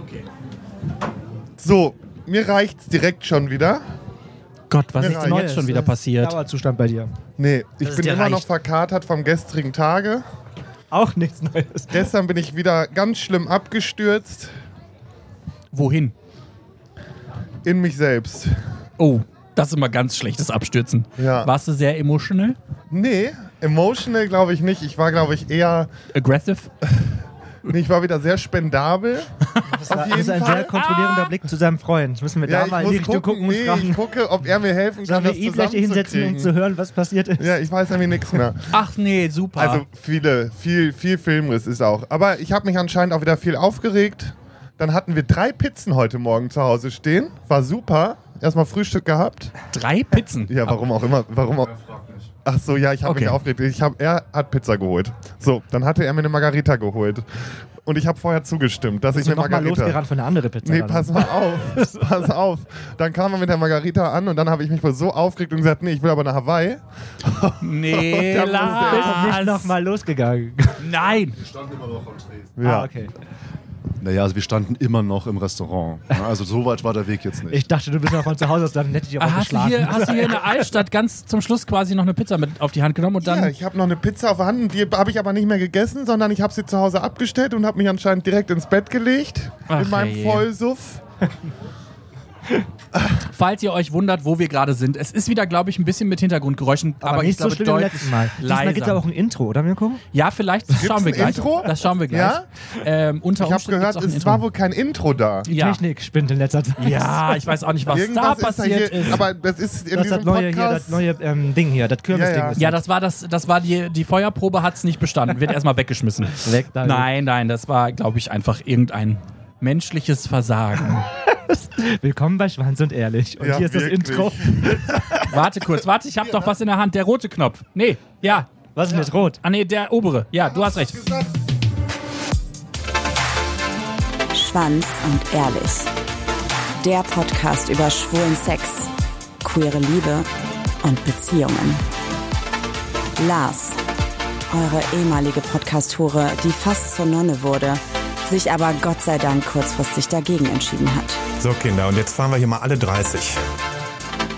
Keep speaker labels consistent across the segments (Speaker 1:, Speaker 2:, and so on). Speaker 1: Okay.
Speaker 2: So, mir reicht's direkt schon wieder.
Speaker 3: Gott, was
Speaker 2: Ja,
Speaker 3: ist denn
Speaker 2: jetzt
Speaker 3: heute schon wieder passiert?
Speaker 1: ne? Dauerzustand bei dir.
Speaker 2: Nee, ich
Speaker 1: es
Speaker 2: bin
Speaker 1: dir
Speaker 2: immer
Speaker 1: reicht.
Speaker 2: noch verkatert vom gestrigen Tage.
Speaker 1: Auch nichts Neues.
Speaker 2: Gestern bin ich wieder ganz schlimm abgestürzt
Speaker 3: Wohin?
Speaker 2: in mich selbst.
Speaker 3: Oh, das ist immer ganz schlechtes Abstürzen.
Speaker 2: Ja.
Speaker 3: Warst du sehr emotional?
Speaker 2: Nee, emotional glaube ich nicht. Ich war, glaube ich, eher.
Speaker 3: Aggressive?
Speaker 2: Nee, ich war wieder sehr spendabel.
Speaker 1: Das war-
Speaker 2: jeden
Speaker 1: ist ein
Speaker 2: Fall. Ah!
Speaker 1: sehr kontrollierender Blick zu seinem Freund. Müssen wir da
Speaker 2: Ja, ich
Speaker 1: mal in die
Speaker 2: muss
Speaker 1: Richtung gucken
Speaker 2: gucken,
Speaker 1: und
Speaker 2: nee, ich
Speaker 1: fragen.
Speaker 2: gucke, ob er mir helfen kann.
Speaker 1: Sollen wir
Speaker 2: das
Speaker 1: ihn vielleicht hier hinsetzen, um zu
Speaker 2: zusammenzukriegen.
Speaker 1: hören, was passiert ist?
Speaker 2: Ja, ich weiß nämlich nichts mehr.
Speaker 3: Ach nee, super.
Speaker 2: Also viele, viel, viel Filmriss ist auch. Aber ich habe mich anscheinend auch wieder viel aufgeregt. Dann hatten wir drei Pizzen heute Morgen zu Hause stehen. War super. Erstmal Frühstück gehabt.
Speaker 3: Drei Pizzen.
Speaker 2: Ja, warum auch immer. Warum auch. Ach so, ja, ich habe mich
Speaker 3: Okay.
Speaker 2: aufgeregt. Ich hab, er hat Pizza geholt. So, dann hatte er mir eine Margarita geholt. Und ich habe vorher zugestimmt, dass ich
Speaker 1: Bist du
Speaker 2: eine
Speaker 1: nochmal
Speaker 2: Margarita.
Speaker 1: losgerannt von einer anderen Pizza?
Speaker 2: Nee,
Speaker 1: dann?
Speaker 2: pass mal auf. pass auf. Dann kam er mit der Margarita an und dann habe ich mich wohl so aufgeregt und gesagt, nee, ich will aber nach Hawaii.
Speaker 3: Nee,
Speaker 2: Und dann
Speaker 1: Bist du
Speaker 3: Lars.
Speaker 1: nicht nochmal losgegegangen?
Speaker 3: Nein.
Speaker 4: Wir standen immer noch am Tresen.
Speaker 2: Ja.
Speaker 1: Ah, okay.
Speaker 4: Naja, also wir standen immer noch im Restaurant. Ne, Also so weit war der Weg jetzt nicht.
Speaker 1: Ich dachte, du bist noch von zu Hause aus, dann hätte ich dich auch
Speaker 2: Ah,
Speaker 3: Hast du,
Speaker 1: geschlagen.
Speaker 3: hier, hast du hier in der Altstadt ganz zum Schluss quasi noch eine Pizza mit auf die Hand genommen und dann.
Speaker 2: ja, ich habe noch eine Pizza auf der Hand, die habe ich aber nicht mehr gegessen, sondern ich habe sie zu Hause abgestellt und habe mich anscheinend direkt ins Bett gelegt.
Speaker 3: Ach,
Speaker 2: in meinem
Speaker 3: herrje.
Speaker 2: Vollsuff.
Speaker 3: Falls ihr euch wundert, wo wir gerade sind, es ist wieder, glaube ich, ein bisschen mit Hintergrundgeräuschen, aber,
Speaker 1: aber,
Speaker 3: ich
Speaker 1: nicht so
Speaker 3: glaube
Speaker 1: schlimm wie beim
Speaker 3: deutlich
Speaker 1: letzten Mal. Diesmal
Speaker 3: leiser.
Speaker 1: gibt es auch ein Intro, oder Mirko?
Speaker 3: ja, vielleicht das schauen wir
Speaker 2: ein
Speaker 3: gleich.
Speaker 2: Intro?
Speaker 3: Das schauen wir gleich.
Speaker 2: Ja?
Speaker 3: Ähm, unter
Speaker 2: Ich habe
Speaker 3: Umständen
Speaker 2: gehört,
Speaker 3: gibt's auch ein
Speaker 2: es
Speaker 3: Intro.
Speaker 2: war wohl kein Intro da.
Speaker 1: Die
Speaker 3: Ja.
Speaker 1: Technik spinnt in letzter Zeit.
Speaker 3: Ja, ich weiß auch nicht, was
Speaker 2: Irgendwas
Speaker 3: da
Speaker 2: ist da
Speaker 3: passiert
Speaker 2: hier,
Speaker 3: ist.
Speaker 2: Aber das ist in
Speaker 1: Das ist
Speaker 2: diesem
Speaker 1: das neue, hier,
Speaker 2: Podcast.
Speaker 1: das neue ähm, Ding hier, das Kürbisding.
Speaker 2: Ja, ja.
Speaker 1: ist
Speaker 3: ja, das war das, das war die, die Feuerprobe hat es nicht bestanden, wird erstmal weggeschmissen.
Speaker 1: Weg damit.
Speaker 3: nein, nein, das war, glaube ich, einfach irgendein menschliches Versagen.
Speaker 1: Willkommen bei Schwanz und Ehrlich. Und
Speaker 2: Ja,
Speaker 1: hier ist
Speaker 2: wirklich.
Speaker 1: das Intro.
Speaker 3: warte kurz, warte, ich habe doch was in der Hand. Der rote Knopf. Nee, ja.
Speaker 1: Was ist denn mit Rot?
Speaker 3: Ah nee, der obere. Ja, du hast recht.
Speaker 5: Schwanz und ehrlich. Der Podcast über schwulen Sex, queere Liebe und Beziehungen. Lars, eure ehemalige Podcast-Hure, die fast zur Nonne wurde, sich aber Gott sei Dank kurzfristig dagegen entschieden hat.
Speaker 6: So Kinder, und jetzt fahren wir hier mal alle 30.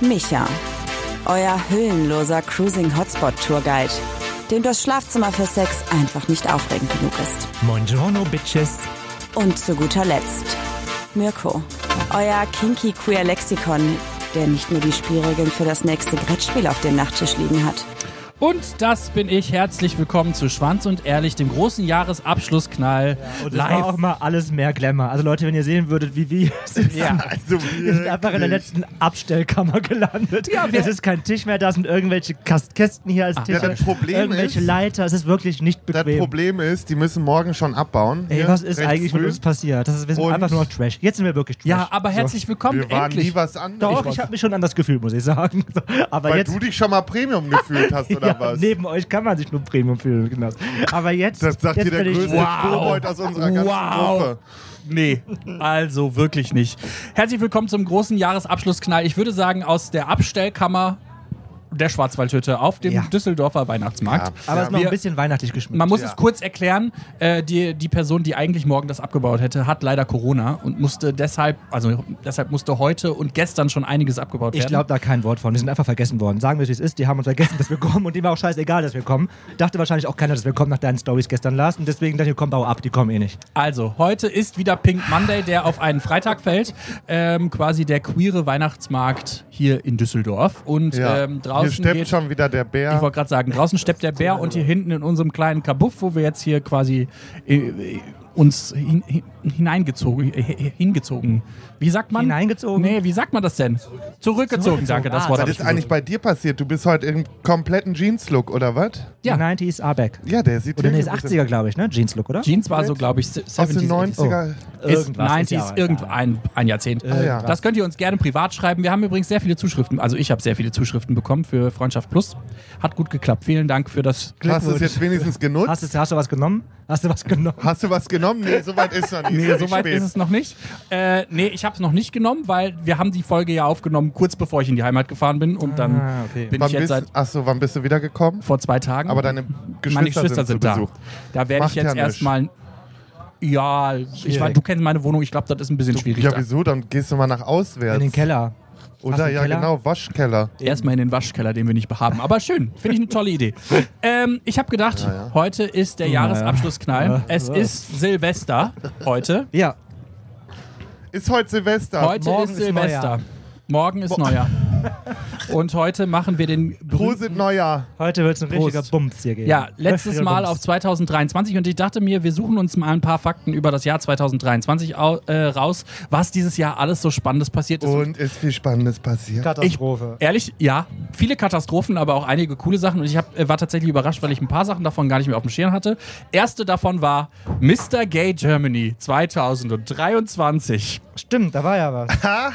Speaker 5: Micha, euer hüllenloser Cruising Hotspot Tourguide, dem das Schlafzimmer für Sex einfach nicht aufregend genug ist.
Speaker 7: Buongiorno, Bitches.
Speaker 5: Und zu guter Letzt, Mirko, euer kinky queer Lexikon, der nicht nur die Spielregeln für das nächste Brettspiel auf dem Nachttisch liegen hat.
Speaker 3: Und das bin ich. Herzlich willkommen zu Schwanz und Ehrlich, dem großen Jahresabschlussknall
Speaker 1: Und es war auch
Speaker 3: live.
Speaker 1: mal alles mehr Glamour. Also Leute, wenn ihr sehen würdet, wie wir sind,
Speaker 3: Ja.
Speaker 2: Also
Speaker 1: wir sind einfach in der letzten Abstellkammer gelandet. Ja, es ist kein Tisch mehr, da sind irgendwelche Kast Kästen hier als Tische,
Speaker 2: das Problem
Speaker 1: irgendwelche
Speaker 2: ist-
Speaker 1: Leiter. Es ist wirklich nicht
Speaker 2: Das
Speaker 1: bequem.
Speaker 2: Problem ist, die müssen morgen schon abbauen.
Speaker 1: Ey,
Speaker 2: Hier,
Speaker 1: was ist
Speaker 2: recht
Speaker 1: eigentlich
Speaker 2: früh.
Speaker 1: mit uns passiert? Das ist, wir sind
Speaker 2: Und-
Speaker 1: einfach nur noch Trash. Jetzt sind wir wirklich Trash.
Speaker 3: Ja, aber
Speaker 1: So.
Speaker 3: herzlich willkommen
Speaker 2: Wir waren
Speaker 3: endlich.
Speaker 2: nie was anderes.
Speaker 1: Doch, ich habe mich schon anders gefühlt, muss ich sagen. So, Aber
Speaker 2: Weil
Speaker 1: jetzt
Speaker 2: du dich schon mal Premium gefühlt hast, oder
Speaker 1: ja,
Speaker 2: was?
Speaker 1: neben euch kann man sich nur Premium fühlen. Genau. Aber jetzt,
Speaker 2: Das sagt
Speaker 1: jetzt
Speaker 2: dir der
Speaker 1: bin ich-
Speaker 2: größte
Speaker 3: Wow.
Speaker 2: Kobold aus unserer ganzen
Speaker 3: Wow.
Speaker 2: Gruppe.
Speaker 3: Nee, also wirklich nicht. Herzlich willkommen zum großen Jahresabschlussknall. Ich würde sagen, aus der Abstellkammer der Schwarzwaldhütte auf dem
Speaker 1: Ja.
Speaker 3: Düsseldorfer Weihnachtsmarkt.
Speaker 1: Aber es ist noch
Speaker 3: Wir-
Speaker 1: ein bisschen weihnachtlich geschmückt.
Speaker 3: Man muss
Speaker 2: Ja.
Speaker 3: es kurz erklären, äh, die, die Person, die eigentlich morgen das abgebaut hätte, hat leider Corona und musste deshalb, also deshalb musste heute und gestern schon einiges abgebaut werden.
Speaker 1: Ich glaube da kein Wort von. Die sind einfach vergessen worden. Sagen wir es, wie es ist. Die haben uns vergessen, dass wir kommen. Und dem war auch scheißegal, dass wir kommen. Dachte wahrscheinlich auch keiner, dass wir kommen nach deinen Stories gestern, Lars. Und deswegen dachte ich, komm, bau ab. Die kommen eh nicht.
Speaker 3: Also, heute ist wieder Pink Monday, der auf einen Freitag fällt. Ähm, quasi der queere Weihnachtsmarkt hier in Düsseldorf. Und
Speaker 2: Ja.
Speaker 3: ähm,
Speaker 2: Hier
Speaker 3: draußen
Speaker 2: steppt
Speaker 3: geht,
Speaker 2: schon wieder der
Speaker 3: ich
Speaker 2: Bär.
Speaker 3: wollte gerade sagen, draußen steppt der Bär und hier hinten in unserem kleinen Kabuff, wo wir jetzt hier quasi äh, äh, uns hin, hin, hineingezogen, äh, hingezogen. Wie sagt man?
Speaker 1: Hineingezogen?
Speaker 3: Nee, wie sagt man das denn? Zurückgezogen, danke, das
Speaker 1: Ah,
Speaker 3: Wort
Speaker 2: Was
Speaker 3: hab
Speaker 2: ist
Speaker 3: ich
Speaker 2: eigentlich bei dir passiert? Du bist heute im kompletten Jeans-Look, oder was?
Speaker 3: Ja.
Speaker 1: Die 90s are back.
Speaker 2: Ja, der sieht
Speaker 1: Oder nee,
Speaker 2: wirklich
Speaker 1: ist
Speaker 2: ein bisschen-
Speaker 1: 80er, glaube ich, ne? Jeans-Look, oder?
Speaker 3: Jeans war so, glaube ich,
Speaker 2: Aus den oh,
Speaker 3: 70s.
Speaker 2: 90er.
Speaker 1: Oh.
Speaker 3: Ist
Speaker 1: Irgendwas ist ja
Speaker 3: 90s,
Speaker 1: auch
Speaker 3: irgendein ein Jahrzehnt.
Speaker 2: Ah, ja.
Speaker 3: Das könnt ihr uns gerne privat schreiben. Wir haben übrigens sehr viele Zuschriften. Also ich habe sehr viele Zuschriften bekommen für Freundschaft Plus. Hat gut geklappt. Vielen Dank für das.
Speaker 2: Hast du es jetzt wenigstens genutzt?
Speaker 1: Hast du, hast du was genommen? Hast du was genommen?
Speaker 2: Hast du was genommen? Nee, soweit ist noch nicht.
Speaker 3: Nee,
Speaker 2: Ist
Speaker 3: soweit
Speaker 2: spät.
Speaker 3: ist es noch nicht. Äh, nee, ich habe es noch nicht genommen, weil wir haben die Folge ja aufgenommen, kurz bevor ich in die Heimat gefahren bin. Und dann
Speaker 1: Ah, okay.
Speaker 3: bin
Speaker 2: Wann
Speaker 3: ich jetzt
Speaker 2: bist,
Speaker 3: seit
Speaker 2: ach so, wann bist du wiedergekommen?
Speaker 3: vor zwei Tagen.
Speaker 2: Aber deine Geschwister,
Speaker 3: Meine Geschwister
Speaker 2: sind,
Speaker 3: sind,
Speaker 2: zu
Speaker 3: da.
Speaker 2: Besuch.
Speaker 3: Da werde ich
Speaker 2: Macht ja
Speaker 3: jetzt
Speaker 2: nichts.
Speaker 3: erstmal. Ja, ich war, du kennst meine Wohnung, ich glaube, das ist ein bisschen schwierig.
Speaker 2: Ja,
Speaker 3: da.
Speaker 2: wieso? Dann gehst du mal nach auswärts.
Speaker 1: In den Keller. Hast du
Speaker 2: Oder
Speaker 1: einen
Speaker 2: ja,
Speaker 1: Keller?
Speaker 2: genau, Waschkeller.
Speaker 3: Erstmal in den Waschkeller, den wir nicht behaben. Aber schön, finde ich eine tolle Idee. ähm, ich habe gedacht, heute ist der Jahresabschlussknall. Es ist Silvester heute.
Speaker 1: Ja.
Speaker 2: Ist heute Silvester.
Speaker 3: Heute
Speaker 1: morgen
Speaker 3: ist
Speaker 1: ist
Speaker 3: Silvester.
Speaker 1: Neujahr.
Speaker 3: Morgen ist Neujahr. Und heute machen wir den berühmten
Speaker 2: Prosit Neujahr.
Speaker 1: Heute wird es ein
Speaker 3: Prost.
Speaker 1: richtiger Bumps hier geben.
Speaker 3: Ja, letztes
Speaker 1: Richtiger
Speaker 3: Mal
Speaker 1: Bums.
Speaker 3: auf 2023 und ich dachte mir, wir suchen uns mal ein paar Fakten über das Jahr 2023 au- äh, raus, was dieses Jahr alles so Spannendes passiert ist.
Speaker 2: Und ist viel Spannendes passiert.
Speaker 1: Katastrophe.
Speaker 3: Ehrlich, ja, viele Katastrophen, aber auch einige coole Sachen und ich hab, äh, war tatsächlich überrascht, weil ich ein paar Sachen davon gar nicht mehr auf dem Schirm hatte. Erste davon war Mr. Gay Germany 2023.
Speaker 1: Stimmt, da war ja was.
Speaker 2: Ha!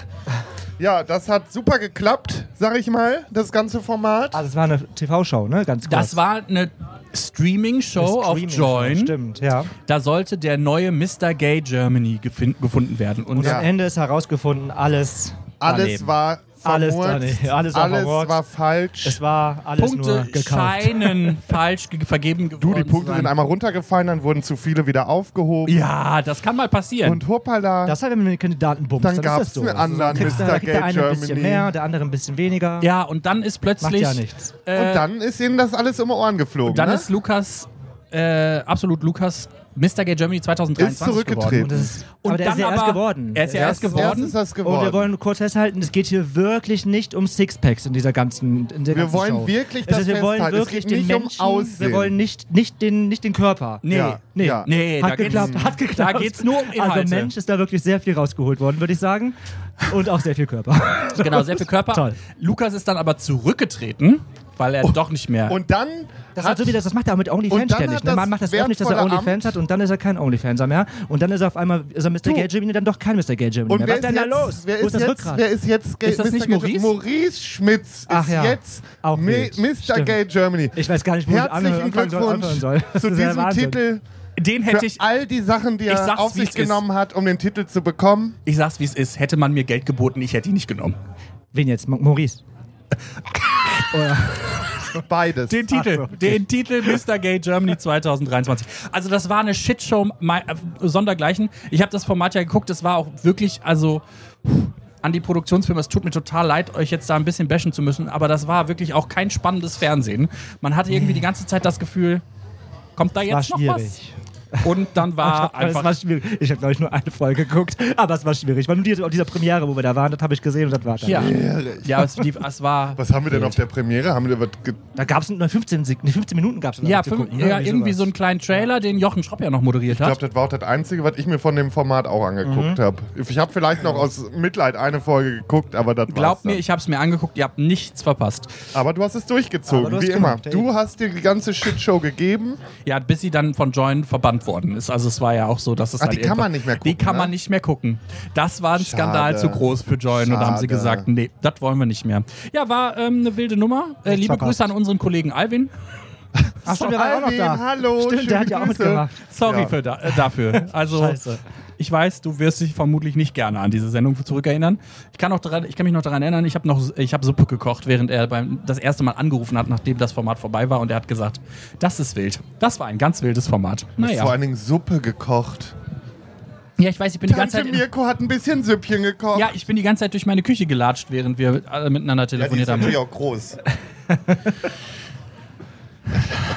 Speaker 2: Ja, das hat super geklappt, sag ich mal, das ganze Format.
Speaker 1: Also es war eine TV-Show, ne? Ganz kurz.
Speaker 3: Das war eine Streaming-Show auf
Speaker 1: Streaming-Show,
Speaker 3: Join.
Speaker 1: Stimmt, ja.
Speaker 3: Da sollte der neue Mr. Gay Germany gefin- gefunden werden. Und
Speaker 1: Und
Speaker 2: Ja.
Speaker 1: am Ende ist herausgefunden, alles.
Speaker 2: Alles
Speaker 3: daneben.
Speaker 2: war
Speaker 1: Alles
Speaker 2: vermurkst,
Speaker 1: daneben, alles war
Speaker 2: alles
Speaker 1: vermurkst.
Speaker 2: war falsch.
Speaker 1: Es war alles nur
Speaker 3: Punkte
Speaker 1: gekauft.
Speaker 3: scheinen falsch ge vergeben geworden.
Speaker 2: du, die Punkte
Speaker 3: zu
Speaker 2: sind
Speaker 3: sein.
Speaker 2: einmal runtergefallen, dann wurden zu viele wieder aufgehoben.
Speaker 3: Ja, das kann mal passieren.
Speaker 2: Und hoppala.
Speaker 1: Das hat, wenn man den Kandidaten bumst,
Speaker 2: Dann
Speaker 1: dann,
Speaker 2: gab's
Speaker 1: ist das so.
Speaker 2: einen anderen
Speaker 1: Also,
Speaker 2: Mr.
Speaker 1: Da kriegt der
Speaker 2: Gay
Speaker 1: eine ein bisschen
Speaker 2: Germany.
Speaker 1: mehr, der andere ein bisschen weniger.
Speaker 3: ja, und dann ist
Speaker 1: Macht
Speaker 3: plötzlich.
Speaker 1: ja nichts.
Speaker 2: und dann ist ihnen das alles um die Ohren geflogen.
Speaker 3: Dann
Speaker 2: ne?
Speaker 3: ist Lukas, äh, absolut Lukas, Mr. Gay Germany 2023
Speaker 2: Ist zurückgetreten.
Speaker 1: Und das ist,
Speaker 3: Und
Speaker 1: aber der
Speaker 3: dann
Speaker 1: ist ja erst
Speaker 3: aber-
Speaker 1: geworden.
Speaker 3: er ist ja erst
Speaker 2: Erst
Speaker 3: geworden.
Speaker 2: ist das geworden.
Speaker 1: Und wir wollen kurz festhalten, es geht hier wirklich nicht um Sixpacks in dieser ganzen in der
Speaker 2: Wir
Speaker 1: ganzen
Speaker 2: wollen
Speaker 1: Show.
Speaker 2: wirklich
Speaker 1: es
Speaker 2: das
Speaker 1: ist, wir wollen
Speaker 2: festhalten. Es
Speaker 1: wirklich
Speaker 2: geht
Speaker 1: den
Speaker 2: nicht um
Speaker 1: Menschen,
Speaker 2: Aussehen.
Speaker 1: wir wollen nicht, nicht, den, nicht den Körper.
Speaker 3: Nee,
Speaker 2: Ja,
Speaker 1: nee,
Speaker 2: ja.
Speaker 3: nee,
Speaker 1: hat
Speaker 3: da
Speaker 1: geklappt,
Speaker 3: geht's,
Speaker 1: hat geklappt.
Speaker 3: Da geht's nur um Inhalte.
Speaker 1: Also Mensch ist da wirklich sehr viel rausgeholt worden, würde ich sagen. Und auch sehr viel Körper.
Speaker 3: Genau, sehr viel Körper.
Speaker 1: Toll. Oh.
Speaker 3: Lukas ist dann aber zurückgetreten, weil er doch nicht mehr.
Speaker 2: Und dann
Speaker 1: Das,
Speaker 2: hat
Speaker 1: hat so wieder, das macht er auch mit
Speaker 2: Und
Speaker 1: OnlyFans
Speaker 2: dann
Speaker 1: ständig.
Speaker 2: hat
Speaker 1: Ne?
Speaker 2: das
Speaker 1: Man macht das öffentlich, dass er
Speaker 2: wertvolle
Speaker 1: OnlyFans hat und dann ist er kein OnlyFanser mehr. Und dann ist er auf einmal ist er Mr. Gay Germany dann doch kein Mr. Gay Germany
Speaker 2: Und
Speaker 1: mehr.
Speaker 2: wer
Speaker 1: Was
Speaker 2: ist,
Speaker 1: denn
Speaker 2: jetzt,
Speaker 1: da los?
Speaker 2: wer
Speaker 1: Wo
Speaker 2: ist,
Speaker 1: ist das
Speaker 2: jetzt,
Speaker 1: Rückgrat?
Speaker 2: wer ist jetzt Ge-
Speaker 3: Ist das nicht
Speaker 2: Gay-
Speaker 3: Maurice?
Speaker 2: Maurice Schmitz
Speaker 1: Ach
Speaker 2: ist
Speaker 1: ja,
Speaker 2: jetzt
Speaker 1: auch
Speaker 2: Mi-
Speaker 1: wild.
Speaker 2: Mr.
Speaker 1: Stimmt.
Speaker 2: Gay Germany.
Speaker 1: ich weiß gar nicht, wo ich anfangen
Speaker 2: Herzlichen
Speaker 1: soll, anfangen soll.
Speaker 2: Glückwunsch
Speaker 1: Das
Speaker 2: zu
Speaker 1: ist ja
Speaker 2: diesem
Speaker 1: Wahnsinn.
Speaker 2: Titel.
Speaker 3: den
Speaker 2: Für
Speaker 3: hätte ich,
Speaker 2: all die Sachen, die
Speaker 3: Ich
Speaker 2: er
Speaker 3: sag's,
Speaker 2: auf
Speaker 3: wie's
Speaker 2: sich
Speaker 3: ist.
Speaker 2: genommen hat, um den Titel zu bekommen.
Speaker 3: ich sag's wie es ist, hätte man mir Geld geboten, ich hätte ihn nicht genommen.
Speaker 1: Wen jetzt? Ma- Maurice.
Speaker 2: Beides.
Speaker 3: Den Titel,
Speaker 1: so, okay.
Speaker 3: den Titel Mr. Gay Germany 2023. Also das war eine Shitshow mei- äh, sondergleichen. Ich habe das Format ja geguckt, das war auch wirklich, also an die Produktionsfirma, es tut mir total leid, euch jetzt da ein bisschen bashen zu müssen, aber das war wirklich auch kein spannendes Fernsehen. Man hatte irgendwie die ganze Zeit das Gefühl, kommt da
Speaker 1: War
Speaker 3: jetzt noch was?
Speaker 1: schwierig.
Speaker 3: Und dann war
Speaker 1: es war
Speaker 3: einfach...
Speaker 1: schwierig. Ich habe, glaube ich, nur eine Folge geguckt, aber es war schwierig. Weil nur die, auf dieser Premiere, wo wir da waren, das habe ich gesehen und das war dann.
Speaker 3: Ja, ja es, lief, es war...
Speaker 2: Was haben wir denn auf der Premiere? Haben wir was ge-
Speaker 1: Da gab es nur 15, Sek- nee, 15 Minuten. Gab's
Speaker 3: Ja, fünf,
Speaker 1: ne?
Speaker 3: ja irgendwie so einen kleinen Trailer, den Jochen Schropp ja noch
Speaker 2: ich
Speaker 3: moderiert hat. Mhm.
Speaker 2: glaube, das war auch das Einzige, was ich mir von dem Format auch angeguckt habe. Ich habe vielleicht noch aus Mitleid eine Folge geguckt, aber das war's
Speaker 3: Glaubt mir,
Speaker 2: dann.
Speaker 3: ich habe es mir angeguckt, ihr habt nichts verpasst.
Speaker 2: Aber du hast es durchgezogen,
Speaker 1: Aber du hast
Speaker 2: wie immer.
Speaker 1: gemacht, ey.
Speaker 2: Du hast dir die ganze Shitshow gegeben.
Speaker 3: Ja, bis sie dann von Join verbannt worden ist. Also es war ja auch so, dass es
Speaker 2: Ach,
Speaker 3: halt
Speaker 2: die kann
Speaker 3: irgendwann-
Speaker 2: man nicht mehr gucken,
Speaker 3: Die kann man
Speaker 2: ne?
Speaker 3: nicht mehr gucken. Das war ein
Speaker 2: Schade.
Speaker 3: Skandal zu groß für Join und da haben sie
Speaker 2: Schade.
Speaker 3: gesagt, nee, das wollen wir nicht mehr. Ja, war ähm, eine wilde Nummer. Äh, liebe
Speaker 1: verpasst.
Speaker 3: Grüße an unseren Kollegen Alvin.
Speaker 1: Ach, stimmt, der war ja auch noch
Speaker 2: Alvin,
Speaker 1: da.
Speaker 2: hallo,
Speaker 1: Stimmt,
Speaker 2: schöne
Speaker 1: der hat ja auch
Speaker 2: Grüße.
Speaker 1: mitgemacht.
Speaker 3: Sorry
Speaker 2: Ja.
Speaker 3: für da, äh, dafür. Also
Speaker 1: Scheiße.
Speaker 3: ich weiß, du wirst dich vermutlich nicht gerne an diese Sendung zurückerinnern. Ich kann, auch daran, ich kann mich noch daran erinnern, ich habe noch ich hab Suppe gekocht, während er beim, das erste Mal angerufen hat, nachdem das Format vorbei war. Und er hat gesagt, das ist wild. Das war ein ganz wildes Format. Naja.
Speaker 2: Vor allen Dingen Suppe gekocht.
Speaker 3: Ja, ich weiß, ich bin die ganze
Speaker 2: Tante
Speaker 3: Zeit... in-
Speaker 2: Mirko hat ein bisschen Süppchen gekocht.
Speaker 3: Ja, ich bin die ganze Zeit durch meine Küche gelatscht, während wir alle miteinander
Speaker 2: Ja, die
Speaker 3: telefoniert
Speaker 2: ist
Speaker 3: haben.
Speaker 2: natürlich auch groß.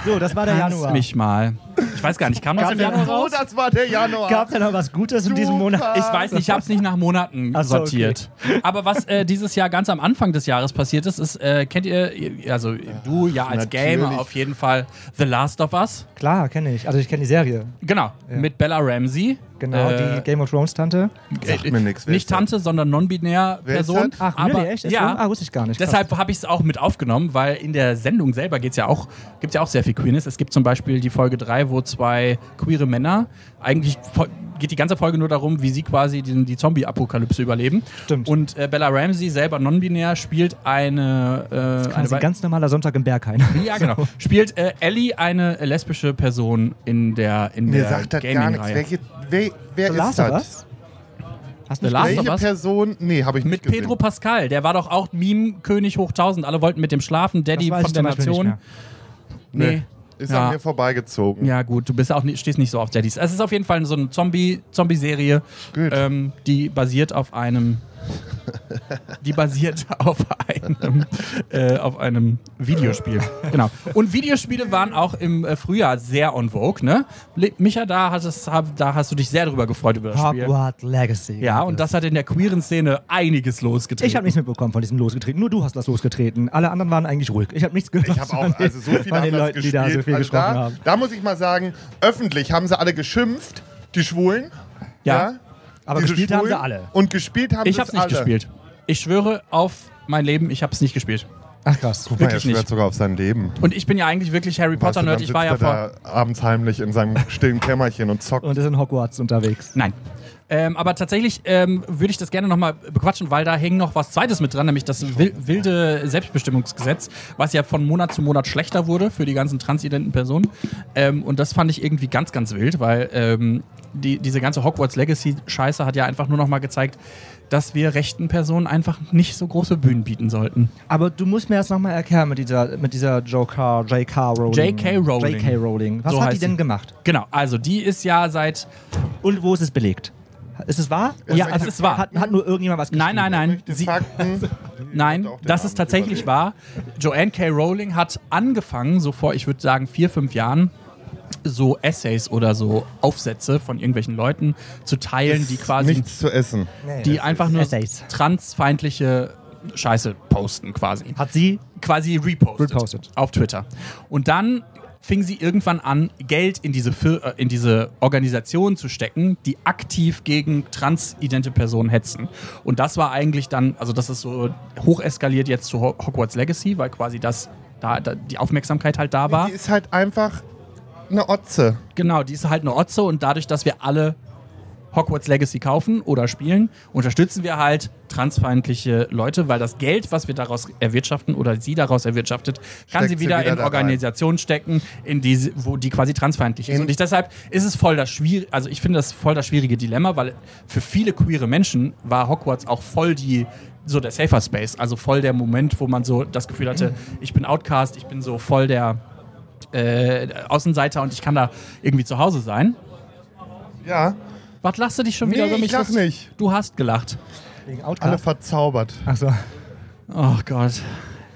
Speaker 1: So, das war der
Speaker 3: Lass
Speaker 1: Januar.
Speaker 3: mich mal. Ich weiß gar nicht, kam das im Januar
Speaker 2: Oh,
Speaker 3: raus?
Speaker 2: das war der Januar.
Speaker 1: Gab es da noch was Gutes in diesem
Speaker 2: Super.
Speaker 1: Monat?
Speaker 3: Ich weiß nicht, ich habe es nicht nach Monaten
Speaker 1: Ach so,
Speaker 3: sortiert. Aber was äh, dieses Jahr ganz am Anfang des Jahres passiert ist, ist, äh, kennt ihr, also du ja als
Speaker 2: natürlich.
Speaker 3: Gamer auf jeden Fall, The Last of Us?
Speaker 1: Klar, kenne ich. Also ich kenne die Serie.
Speaker 3: Genau, mit Bella Ramsey.
Speaker 1: Genau,
Speaker 3: Äh,
Speaker 1: die Game of Thrones Tante.
Speaker 2: Sagt mir nix, wer
Speaker 3: Nicht
Speaker 2: ist das?
Speaker 3: Tante, sondern non-binär
Speaker 2: Wer ist
Speaker 3: Person.
Speaker 2: das?
Speaker 1: Ach,
Speaker 3: aber,
Speaker 1: really, echt? Ist
Speaker 3: Ja,
Speaker 1: so? Ah, wusste ich gar nicht. Krass.
Speaker 3: Deshalb habe ich es auch mit aufgenommen, weil in der Sendung selber geht's ja auch, gibt ja auch sehr viel Queerness. Es gibt zum Beispiel die Folge 3, wo zwei queere Männer, eigentlich fo- geht die ganze Folge nur darum, wie sie quasi den, die Zombie-Apokalypse überleben.
Speaker 1: Stimmt.
Speaker 3: Und äh, Bella Ramsey, selber non-binär, spielt eine... Äh,
Speaker 1: Kann
Speaker 3: eine
Speaker 1: sie
Speaker 3: wei-
Speaker 1: also ein ganz normaler Sonntag im Berghain.
Speaker 3: ja, genau. Spielt äh, Ellie eine lesbische Person in der in
Speaker 2: Mir
Speaker 3: der
Speaker 2: sagt das gar nichts.
Speaker 3: Gaming-Reihe.
Speaker 2: Wer, geht- wer, wer ist
Speaker 1: Last of
Speaker 2: das?
Speaker 1: Us? Hast
Speaker 3: The
Speaker 1: du
Speaker 3: Last
Speaker 1: Last
Speaker 3: of
Speaker 2: Welche
Speaker 3: Us?
Speaker 2: Person? Nee, habe ich
Speaker 3: Mit
Speaker 2: nicht gesehen.
Speaker 3: Pedro Pascal, der war doch auch Meme-König hoch 1000. Alle wollten mit dem schlafen Daddy
Speaker 1: Das weiß
Speaker 3: von
Speaker 1: ich
Speaker 3: der
Speaker 1: zum Beispiel
Speaker 3: Nation.
Speaker 1: nicht mehr.
Speaker 3: Nee.
Speaker 2: Nee. Ist
Speaker 3: Ja.
Speaker 2: an mir vorbeigezogen.
Speaker 3: Ja, gut, du bist auch nicht, stehst nicht so auf Daddies. Es ist auf jeden Fall so eine Zombie- Zombie-Serie,
Speaker 2: Gut.
Speaker 3: ähm, die basiert auf einem. Die basiert auf einem, äh, auf einem Videospiel. Genau. Und Videospiele waren auch im äh, Frühjahr sehr on vogue, ne? Le- Micha, da, hat es, hab, da hast du dich sehr drüber gefreut über das Spiel.
Speaker 1: Hogwarts Legacy.
Speaker 3: Ja, und das hat in der queeren Szene einiges losgetreten.
Speaker 1: Ich habe nichts mitbekommen von diesem Losgetreten. Nur du hast das losgetreten. Alle anderen waren eigentlich ruhig. Ich habe nichts gehört.
Speaker 2: Ich habe
Speaker 1: von
Speaker 2: auch, also so viele
Speaker 1: von
Speaker 2: haben
Speaker 1: den
Speaker 2: das
Speaker 1: Leuten, die
Speaker 2: gespielt.
Speaker 1: da so viel
Speaker 2: also
Speaker 1: gesprochen
Speaker 2: da,
Speaker 1: haben.
Speaker 2: da muss ich mal sagen, öffentlich haben sie alle geschimpft, die Schwulen.
Speaker 3: Ja.
Speaker 1: Aber
Speaker 2: Diese
Speaker 1: gespielt haben sie
Speaker 2: Schwulen.
Speaker 1: alle.
Speaker 2: Und gespielt haben
Speaker 3: Ich
Speaker 2: das
Speaker 3: hab's nicht
Speaker 2: alle.
Speaker 3: gespielt. Ich schwöre auf mein Leben, ich hab's nicht gespielt.
Speaker 1: Ach krass.
Speaker 2: Guck mal, er
Speaker 3: Wirklich
Speaker 2: schwört
Speaker 3: nicht.
Speaker 2: sogar auf sein Leben.
Speaker 3: Und ich bin ja eigentlich wirklich Harry
Speaker 2: Weißt du,
Speaker 3: Potter-Nerd.
Speaker 2: dann
Speaker 3: Ich war ja
Speaker 2: sitzt
Speaker 3: vor.
Speaker 2: er da abends heimlich in seinem stillen Kämmerchen und zockt.
Speaker 1: Und ist in Hogwarts unterwegs.
Speaker 3: Nein. Ähm, aber tatsächlich ähm, würde ich das gerne nochmal bequatschen, weil da hängt noch was Zweites mit dran, nämlich das wil- wilde Selbstbestimmungsgesetz, was ja von Monat zu Monat schlechter wurde für die ganzen transidenten Personen. Ähm, und das fand ich irgendwie ganz, ganz wild, weil ähm, die, diese ganze Hogwarts Legacy-Scheiße hat ja einfach nur nochmal gezeigt, dass wir rechten Personen einfach nicht so große Bühnen bieten sollten.
Speaker 1: Aber du musst mir das nochmal erklären mit dieser, mit dieser Joker, J.K. Rowling.
Speaker 3: J.K. Rowling.
Speaker 1: J.K. Rowling. Was
Speaker 3: So
Speaker 1: hat die
Speaker 3: heißt
Speaker 1: denn
Speaker 3: sie.
Speaker 1: gemacht?
Speaker 3: Genau, also die ist ja seit
Speaker 1: Und wo ist es belegt? Ist es wahr?
Speaker 3: Ja,
Speaker 1: Oder-
Speaker 3: es ist wahr.
Speaker 1: Hat, hat nur irgendjemand was geschrieben?
Speaker 3: Nein, nein, nein.
Speaker 2: Die
Speaker 3: Sie,
Speaker 2: Fakten.
Speaker 3: nein,
Speaker 2: auch den
Speaker 3: das ist
Speaker 2: Abend
Speaker 3: tatsächlich
Speaker 2: überlebt.
Speaker 3: wahr. Joanne K. Rowling hat angefangen, so vor, ich würde sagen, vier, fünf Jahren, so Essays oder so Aufsätze von irgendwelchen Leuten zu teilen, die quasi,
Speaker 2: Nichts zu essen.
Speaker 1: Nee,
Speaker 3: die
Speaker 1: das
Speaker 3: einfach
Speaker 1: ist
Speaker 3: nur
Speaker 1: Essays.
Speaker 3: transfeindliche Scheiße posten quasi
Speaker 1: Hat sie?
Speaker 3: quasi repostet,
Speaker 1: Repostet.
Speaker 3: auf Twitter. Und dann fing sie irgendwann an, Geld in diese, Fir äh, in diese Organisation zu stecken, die aktiv gegen transidente Personen hetzen. Und das war eigentlich dann, also das ist so hoch eskaliert jetzt zu Ho Hogwarts Legacy, weil quasi das, da, da die Aufmerksamkeit halt da war.
Speaker 2: Die ist halt einfach eine Otze.
Speaker 3: Genau, die ist halt eine Otze und dadurch, dass wir alle Hogwarts Legacy kaufen oder spielen, unterstützen wir halt transfeindliche Leute, weil das Geld, was wir daraus erwirtschaften oder sie daraus erwirtschaftet, kann
Speaker 2: Steckt
Speaker 3: sie
Speaker 2: sie
Speaker 3: wieder,
Speaker 2: wieder
Speaker 3: in
Speaker 2: da rein.
Speaker 3: Organisationen stecken, in die, sie- wo die quasi transfeindlich ist. Und ich, deshalb ist es voll das schwierige, also ich finde das voll das schwierige Dilemma, weil für viele queere Menschen war Hogwarts auch voll die so der Safer Space, also voll der Moment, wo man so das Gefühl hatte, ich bin Outcast, ich bin so voll der äh, Außenseiter und ich kann da irgendwie zu Hause sein.
Speaker 2: Ja,
Speaker 3: Was lachst du dich schon wieder
Speaker 2: Nee,
Speaker 3: über mich?
Speaker 2: ich lach
Speaker 3: aus?
Speaker 2: nicht.
Speaker 3: Du hast gelacht.
Speaker 1: Wegen
Speaker 2: alle
Speaker 1: Outcast.
Speaker 2: verzaubert.
Speaker 1: Ach so.
Speaker 3: Oh Gott.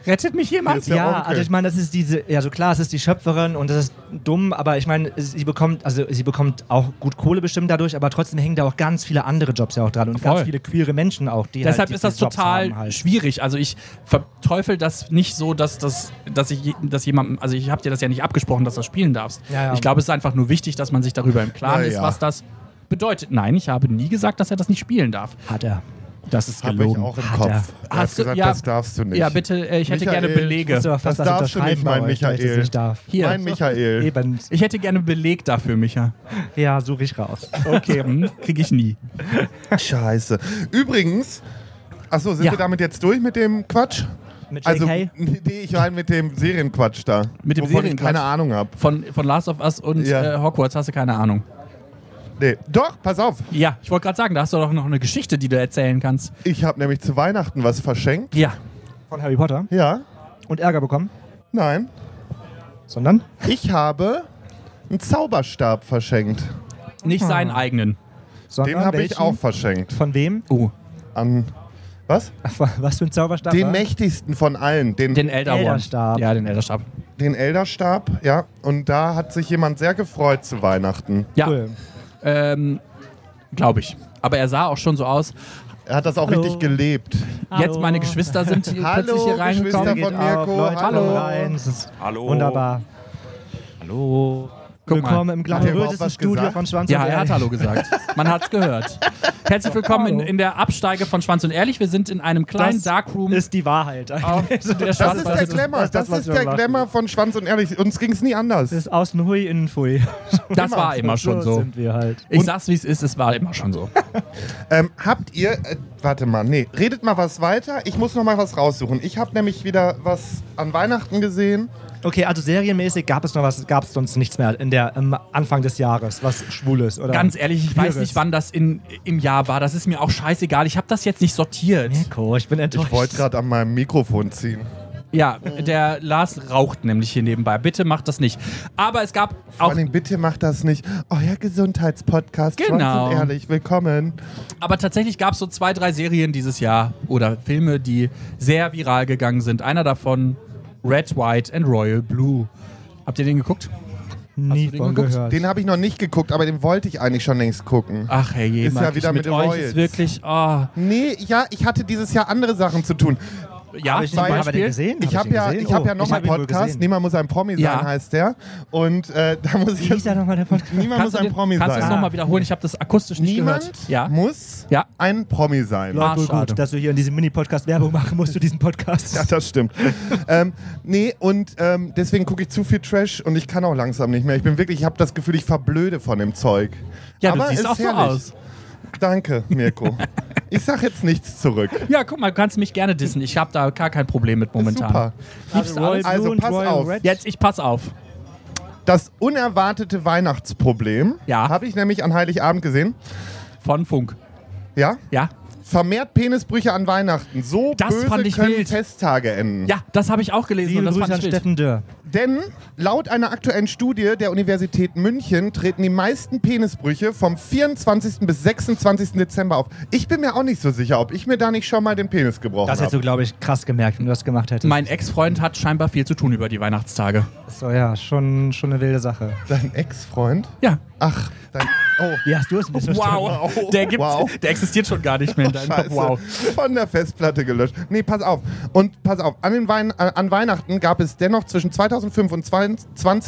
Speaker 3: Rettet mich jemand?
Speaker 2: Der
Speaker 1: Ja,
Speaker 2: Onkel.
Speaker 1: also ich meine, das ist diese, ja so klar, es ist die Schöpferin und das ist dumm, aber ich meine, sie bekommt, also sie bekommt auch gut Kohle bestimmt dadurch, aber trotzdem hängen da auch ganz viele andere Jobs ja auch dran und
Speaker 3: Voll.
Speaker 1: ganz viele queere Menschen auch, die
Speaker 3: Deshalb
Speaker 1: halt, die
Speaker 3: ist das
Speaker 1: diese Jobs
Speaker 3: total
Speaker 1: haben halt.
Speaker 3: schwierig. Also ich verteufel das nicht so, dass das, dass ich, je- dass jemandem, also ich habe dir das ja nicht abgesprochen, dass du das spielen darfst.
Speaker 1: Ja, ja.
Speaker 3: Ich glaube, es ist einfach nur wichtig, dass man sich darüber im Klaren
Speaker 2: Na
Speaker 3: ist,
Speaker 2: ja.
Speaker 3: was das bedeutet. Nein, ich habe nie gesagt, dass er das nicht spielen darf.
Speaker 1: Hat er.
Speaker 3: Das ist
Speaker 2: Habe ich
Speaker 3: gelogen.
Speaker 2: auch im
Speaker 1: Hat
Speaker 2: Kopf.
Speaker 1: er.
Speaker 2: Er hat
Speaker 3: Hast du-
Speaker 2: gesagt,
Speaker 3: ja.
Speaker 2: das darfst du nicht.
Speaker 3: ja, bitte, äh, ich hätte gerne
Speaker 2: Michael,
Speaker 1: Das
Speaker 3: Belege.
Speaker 1: aber fast
Speaker 2: Das darfst du nicht,
Speaker 1: unterschreiben bei
Speaker 2: mein
Speaker 1: euch, wenn Ich das
Speaker 2: Michael.
Speaker 1: nicht darf.
Speaker 3: Hier.
Speaker 2: Mein Michael.
Speaker 1: Eben.
Speaker 3: Ich hätte gerne Beleg dafür, Micha.
Speaker 1: Ja, suche ich raus.
Speaker 3: Okay, hm, kriege ich nie.
Speaker 2: Scheiße. Übrigens, achso, sind
Speaker 3: Ja.
Speaker 2: wir damit jetzt durch mit dem Quatsch?
Speaker 1: Mit JK?
Speaker 2: Also, nee, ich meine mit dem Serienquatsch da.
Speaker 3: Mit dem
Speaker 2: wovon ich
Speaker 3: Serienquatsch.
Speaker 2: keine Ahnung habe.
Speaker 3: Von, von Last of Us und
Speaker 2: Ja.
Speaker 3: äh, Hogwarts hast du keine Ahnung.
Speaker 2: Nee. Doch, pass auf.
Speaker 3: Ja, ich wollte gerade sagen, da hast du doch noch eine Geschichte, die du erzählen kannst.
Speaker 2: Ich habe nämlich zu Weihnachten was verschenkt.
Speaker 3: Ja.
Speaker 1: Von Harry Potter.
Speaker 2: Ja,
Speaker 1: Und Ärger bekommen.
Speaker 2: nein.
Speaker 1: Sondern?
Speaker 2: Ich habe einen Zauberstab verschenkt.
Speaker 3: Nicht seinen eigenen.
Speaker 1: sondern
Speaker 2: Den habe ich
Speaker 1: welchen?
Speaker 2: auch verschenkt.
Speaker 1: Von wem?
Speaker 3: Oh,
Speaker 2: An. Was?
Speaker 1: Was für ein Zauberstab?
Speaker 2: Den
Speaker 1: war?
Speaker 2: mächtigsten von allen. Den,
Speaker 3: den Elder Wand.
Speaker 1: Elderstab.
Speaker 3: Ja, den Elderstab.
Speaker 2: den Elderstab, ja. Und da hat sich jemand sehr gefreut zu Weihnachten.
Speaker 3: Ja,
Speaker 1: Cool.
Speaker 3: ähm, glaube ich. Aber er sah auch schon so aus.
Speaker 2: Er hat das auch
Speaker 1: Hallo.
Speaker 2: richtig gelebt.
Speaker 3: Jetzt meine Geschwister sind hier
Speaker 2: Hallo,
Speaker 3: plötzlich hier
Speaker 2: Geschwister
Speaker 3: reingekommen.
Speaker 1: Geht
Speaker 2: von
Speaker 1: auf,
Speaker 2: Mirko,
Speaker 1: Leute,
Speaker 2: hallo.
Speaker 1: kommen Rein. Es ist
Speaker 7: Hallo.
Speaker 1: Wunderbar.
Speaker 7: Hallo.
Speaker 3: Guck mal.
Speaker 1: Willkommen im
Speaker 2: Hat er überhaupt
Speaker 1: glamourösesten
Speaker 2: was
Speaker 1: Studio
Speaker 2: gesagt?
Speaker 1: von Schwanz
Speaker 3: Ja,
Speaker 1: und
Speaker 3: er hat halt
Speaker 1: Ehrlich.
Speaker 3: Hallo gesagt. Man hat's gehört. Herzlich willkommen in, in der Absteige von Schwanz und Ehrlich. Wir sind in einem kleinen
Speaker 1: Das
Speaker 3: Darkroom.
Speaker 1: Ist die Wahrheit.
Speaker 3: auf
Speaker 1: eigentlich.
Speaker 3: der
Speaker 2: Das
Speaker 3: Schwarz-
Speaker 2: ist der Glamour.
Speaker 1: das-
Speaker 2: Das,
Speaker 1: was
Speaker 2: ist
Speaker 1: wir
Speaker 2: der
Speaker 1: machen.
Speaker 2: Glamour von Schwanz und Ehrlich. Uns ging es nie anders.
Speaker 1: Das ist außen hui, innen fui.
Speaker 3: das war immer schon so.
Speaker 1: sind wir halt.
Speaker 3: Ich sag's, wie es ist, es war immer schon so.
Speaker 2: Ähm, habt ihr. Äh, warte mal, nee. Redet mal was weiter. Ich muss noch mal was raussuchen. Ich habe nämlich wieder was an Weihnachten gesehen.
Speaker 1: Okay, also serienmäßig gab es noch was, gab es sonst nichts mehr in der, am Anfang des Jahres, was Schwules oder
Speaker 3: Ganz ehrlich, ich weiß
Speaker 1: Queeres.
Speaker 3: nicht, wann das in, im Jahr war. Das ist mir auch scheißegal. Ich habe das jetzt nicht sortiert.
Speaker 1: Mirko, Oh, ich bin enttäuscht.
Speaker 2: Ich wollte gerade an meinem Mikrofon ziehen.
Speaker 3: Ja,
Speaker 2: Äh.
Speaker 3: der Lars raucht nämlich hier nebenbei. Bitte macht das nicht. Aber es gab
Speaker 2: Vor
Speaker 3: auch
Speaker 2: allem, bitte macht das nicht. Euer Gesundheitspodcast. Schwanz
Speaker 3: Genau.
Speaker 2: und ehrlich, willkommen.
Speaker 3: Aber tatsächlich gab es so zwei, drei Serien dieses Jahr oder Filme, die sehr viral gegangen sind. Einer davon Red, White and Royal Blue. Habt ihr den geguckt?
Speaker 1: Nie
Speaker 3: den
Speaker 1: von
Speaker 3: geguckt?
Speaker 1: gehört.
Speaker 2: Den habe ich noch nicht geguckt, aber den wollte ich eigentlich schon längst
Speaker 1: Ah.
Speaker 2: gucken.
Speaker 3: Ach herrje,
Speaker 2: Ist ja
Speaker 3: Marc,
Speaker 2: wieder
Speaker 3: ich
Speaker 2: mit
Speaker 3: euch
Speaker 2: Royals.
Speaker 3: ist wirklich. Oh.
Speaker 2: Nee, ja, ich hatte dieses Jahr andere Sachen zu tun.
Speaker 3: Ja,
Speaker 1: ich
Speaker 2: den-
Speaker 3: zum
Speaker 1: aber den
Speaker 3: Beispiel.
Speaker 1: gesehen?
Speaker 2: Ich habe
Speaker 1: den
Speaker 2: ja,
Speaker 1: gesehen?
Speaker 2: ich hab
Speaker 1: Oh,
Speaker 2: ja noch
Speaker 1: ich hab
Speaker 2: einen
Speaker 1: ihn wohl
Speaker 2: Podcast.
Speaker 1: gesehen.
Speaker 2: Niemand muss ein Promi
Speaker 3: Ja.
Speaker 2: sein, heißt der. Und äh, da muss ich
Speaker 1: Wie hieß
Speaker 2: jetzt.
Speaker 1: ja nochmal der Podcast?
Speaker 2: Niemand muss
Speaker 3: Kannst du
Speaker 2: ein
Speaker 3: den-
Speaker 2: Promi
Speaker 3: Kannst du das
Speaker 2: sein.
Speaker 3: nochmal wiederholen? Ich habe das akustisch nicht
Speaker 2: Niemand
Speaker 3: gehört. Ja.
Speaker 2: muss
Speaker 3: Ja.
Speaker 2: ein Promi sein.
Speaker 3: Ah,
Speaker 1: Läuft wohl
Speaker 3: schade.
Speaker 1: gut, dass du hier in diesem Mini-Podcast Werbung machen musst, du diesen Podcast.
Speaker 2: Ja, das stimmt. ähm, nee, und ähm, deswegen gucke ich zu viel Trash und ich kann auch langsam nicht mehr. Ich bin wirklich, ich habe das Gefühl, ich verblöde von dem Zeug.
Speaker 3: Ja, du
Speaker 2: Aber
Speaker 3: siehst
Speaker 2: ist
Speaker 3: auch so
Speaker 2: herrlich.
Speaker 3: aus.
Speaker 2: Danke, Mirko. ich sag jetzt nichts zurück.
Speaker 3: Ja, guck mal, du kannst mich gerne dissen. Ich habe da gar kein Problem mit momentan.
Speaker 2: Super.
Speaker 3: Liebst du alles?
Speaker 2: also
Speaker 1: und
Speaker 2: pass
Speaker 1: Royal
Speaker 2: auf.
Speaker 1: Red.
Speaker 3: Jetzt, ich pass auf.
Speaker 2: Das unerwartete Weihnachtsproblem
Speaker 3: Ja.
Speaker 2: habe ich nämlich an Heiligabend gesehen.
Speaker 3: Von Funk.
Speaker 2: Ja?
Speaker 3: Ja.
Speaker 2: Vermehrt Penisbrüche an Weihnachten. So
Speaker 3: Das
Speaker 2: böse
Speaker 3: fand ich
Speaker 2: können
Speaker 3: wild.
Speaker 2: Festtage enden.
Speaker 3: Ja, das habe ich auch gelesen
Speaker 1: Liebe
Speaker 3: und das
Speaker 1: Grüße an
Speaker 3: fand ich wild.
Speaker 1: Steffen Dürr.
Speaker 2: Denn laut einer aktuellen Studie der Universität München treten die meisten Penisbrüche vom 24. bis 26. Dezember auf. Ich bin mir auch nicht so sicher, ob ich mir da nicht schon mal den Penis gebrochen
Speaker 1: Das hättest du,
Speaker 2: habe.
Speaker 1: glaube ich, krass gemerkt, wenn du das gemacht hättest.
Speaker 3: Mein Ex-Freund hat scheinbar viel zu tun über die Weihnachtstage.
Speaker 1: so, ja, schon, schon eine wilde Sache.
Speaker 2: Dein Ex-Freund?
Speaker 3: Ja,
Speaker 2: Ach, dein. Oh.
Speaker 1: Wie hast du es missverstanden?
Speaker 3: Wow, der, gibt's,
Speaker 2: Wow.
Speaker 3: der existiert schon gar nicht mehr in deinem Kopf.
Speaker 2: Scheiße.
Speaker 3: Wow.
Speaker 2: Von der Festplatte gelöscht. Nee, pass auf. Und pass auf, an, den Wein, äh, an Weihnachten gab es dennoch zwischen 2005 und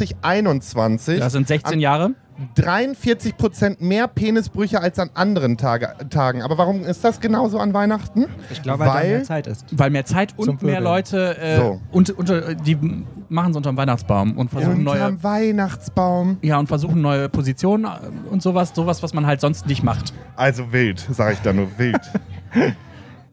Speaker 2: 2021
Speaker 3: Das sind 16
Speaker 2: an
Speaker 3: Jahre.
Speaker 2: 43 Prozent mehr Penisbrüche als an anderen Tage, Tagen. Aber warum ist das genauso an Weihnachten?
Speaker 1: Ich glaube, weil, da mehr
Speaker 2: weil
Speaker 1: Zeit ist.
Speaker 3: Weil mehr Zeit
Speaker 1: Zum
Speaker 3: und
Speaker 1: Vögeln.
Speaker 3: mehr Leute, äh,
Speaker 2: So.
Speaker 3: und, unter, die machen es unterm Weihnachtsbaum und versuchen neue,
Speaker 2: unterm Weihnachtsbaum.
Speaker 3: ja, und versuchen neue Positionen äh, und sowas, sowas, was man halt sonst nicht macht.
Speaker 2: Also wild, sage ich da nur wild.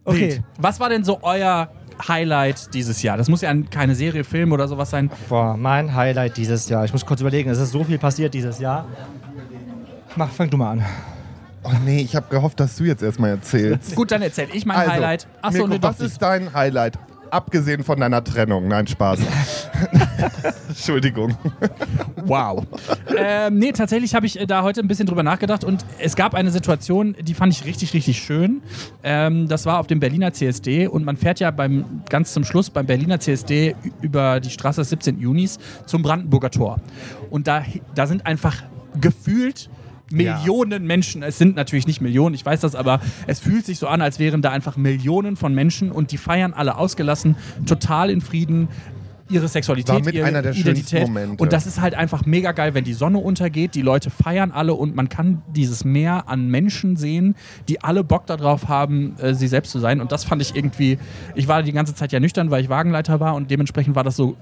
Speaker 1: Okay.
Speaker 3: Wild. Was war denn so euer Highlight dieses Jahr? Das muss ja ein- keine Serie, Film oder sowas sein.
Speaker 1: Boah, mein Highlight dieses Jahr. Ich muss kurz überlegen, es ist so viel passiert dieses Jahr. Mach, fang du mal an.
Speaker 2: oh nee, ich habe gehofft, dass du jetzt erstmal erzählst.
Speaker 3: Gut, dann erzähl ich mein
Speaker 2: Also,
Speaker 3: Highlight. Achso,
Speaker 2: Mirko,
Speaker 3: nee, doch
Speaker 2: was
Speaker 3: nicht.
Speaker 2: ist dein Highlight? Abgesehen von deiner Trennung. Nein, Spaß. Entschuldigung.
Speaker 3: Wow. ähm, nee, tatsächlich habe ich äh, da heute ein bisschen drüber nachgedacht und es gab eine Situation, die fand ich richtig, richtig schön. Ähm, das war auf dem Berliner CSD und man fährt ja beim, ganz zum Schluss beim Berliner CSD ü- über die Straße des 17. Junis zum Brandenburger Tor. Und da, da sind einfach gefühlt Millionen Menschen. Es sind natürlich nicht Millionen, ich weiß das, aber es fühlt sich so an, als wären da einfach Millionen von Menschen und die feiern alle ausgelassen, total in Frieden. Ihre Sexualität,
Speaker 2: War mit
Speaker 3: ihre
Speaker 2: einer der schönsten
Speaker 3: Identität.
Speaker 2: Momente.
Speaker 3: Und das ist halt einfach mega geil, wenn die Sonne untergeht, die Leute feiern alle und man kann dieses Meer an Menschen sehen, die alle Bock darauf haben, äh, sie selbst zu sein. Und das fand ich irgendwie, ich war die ganze Zeit ja nüchtern, weil ich Wagenleiter war und dementsprechend war das so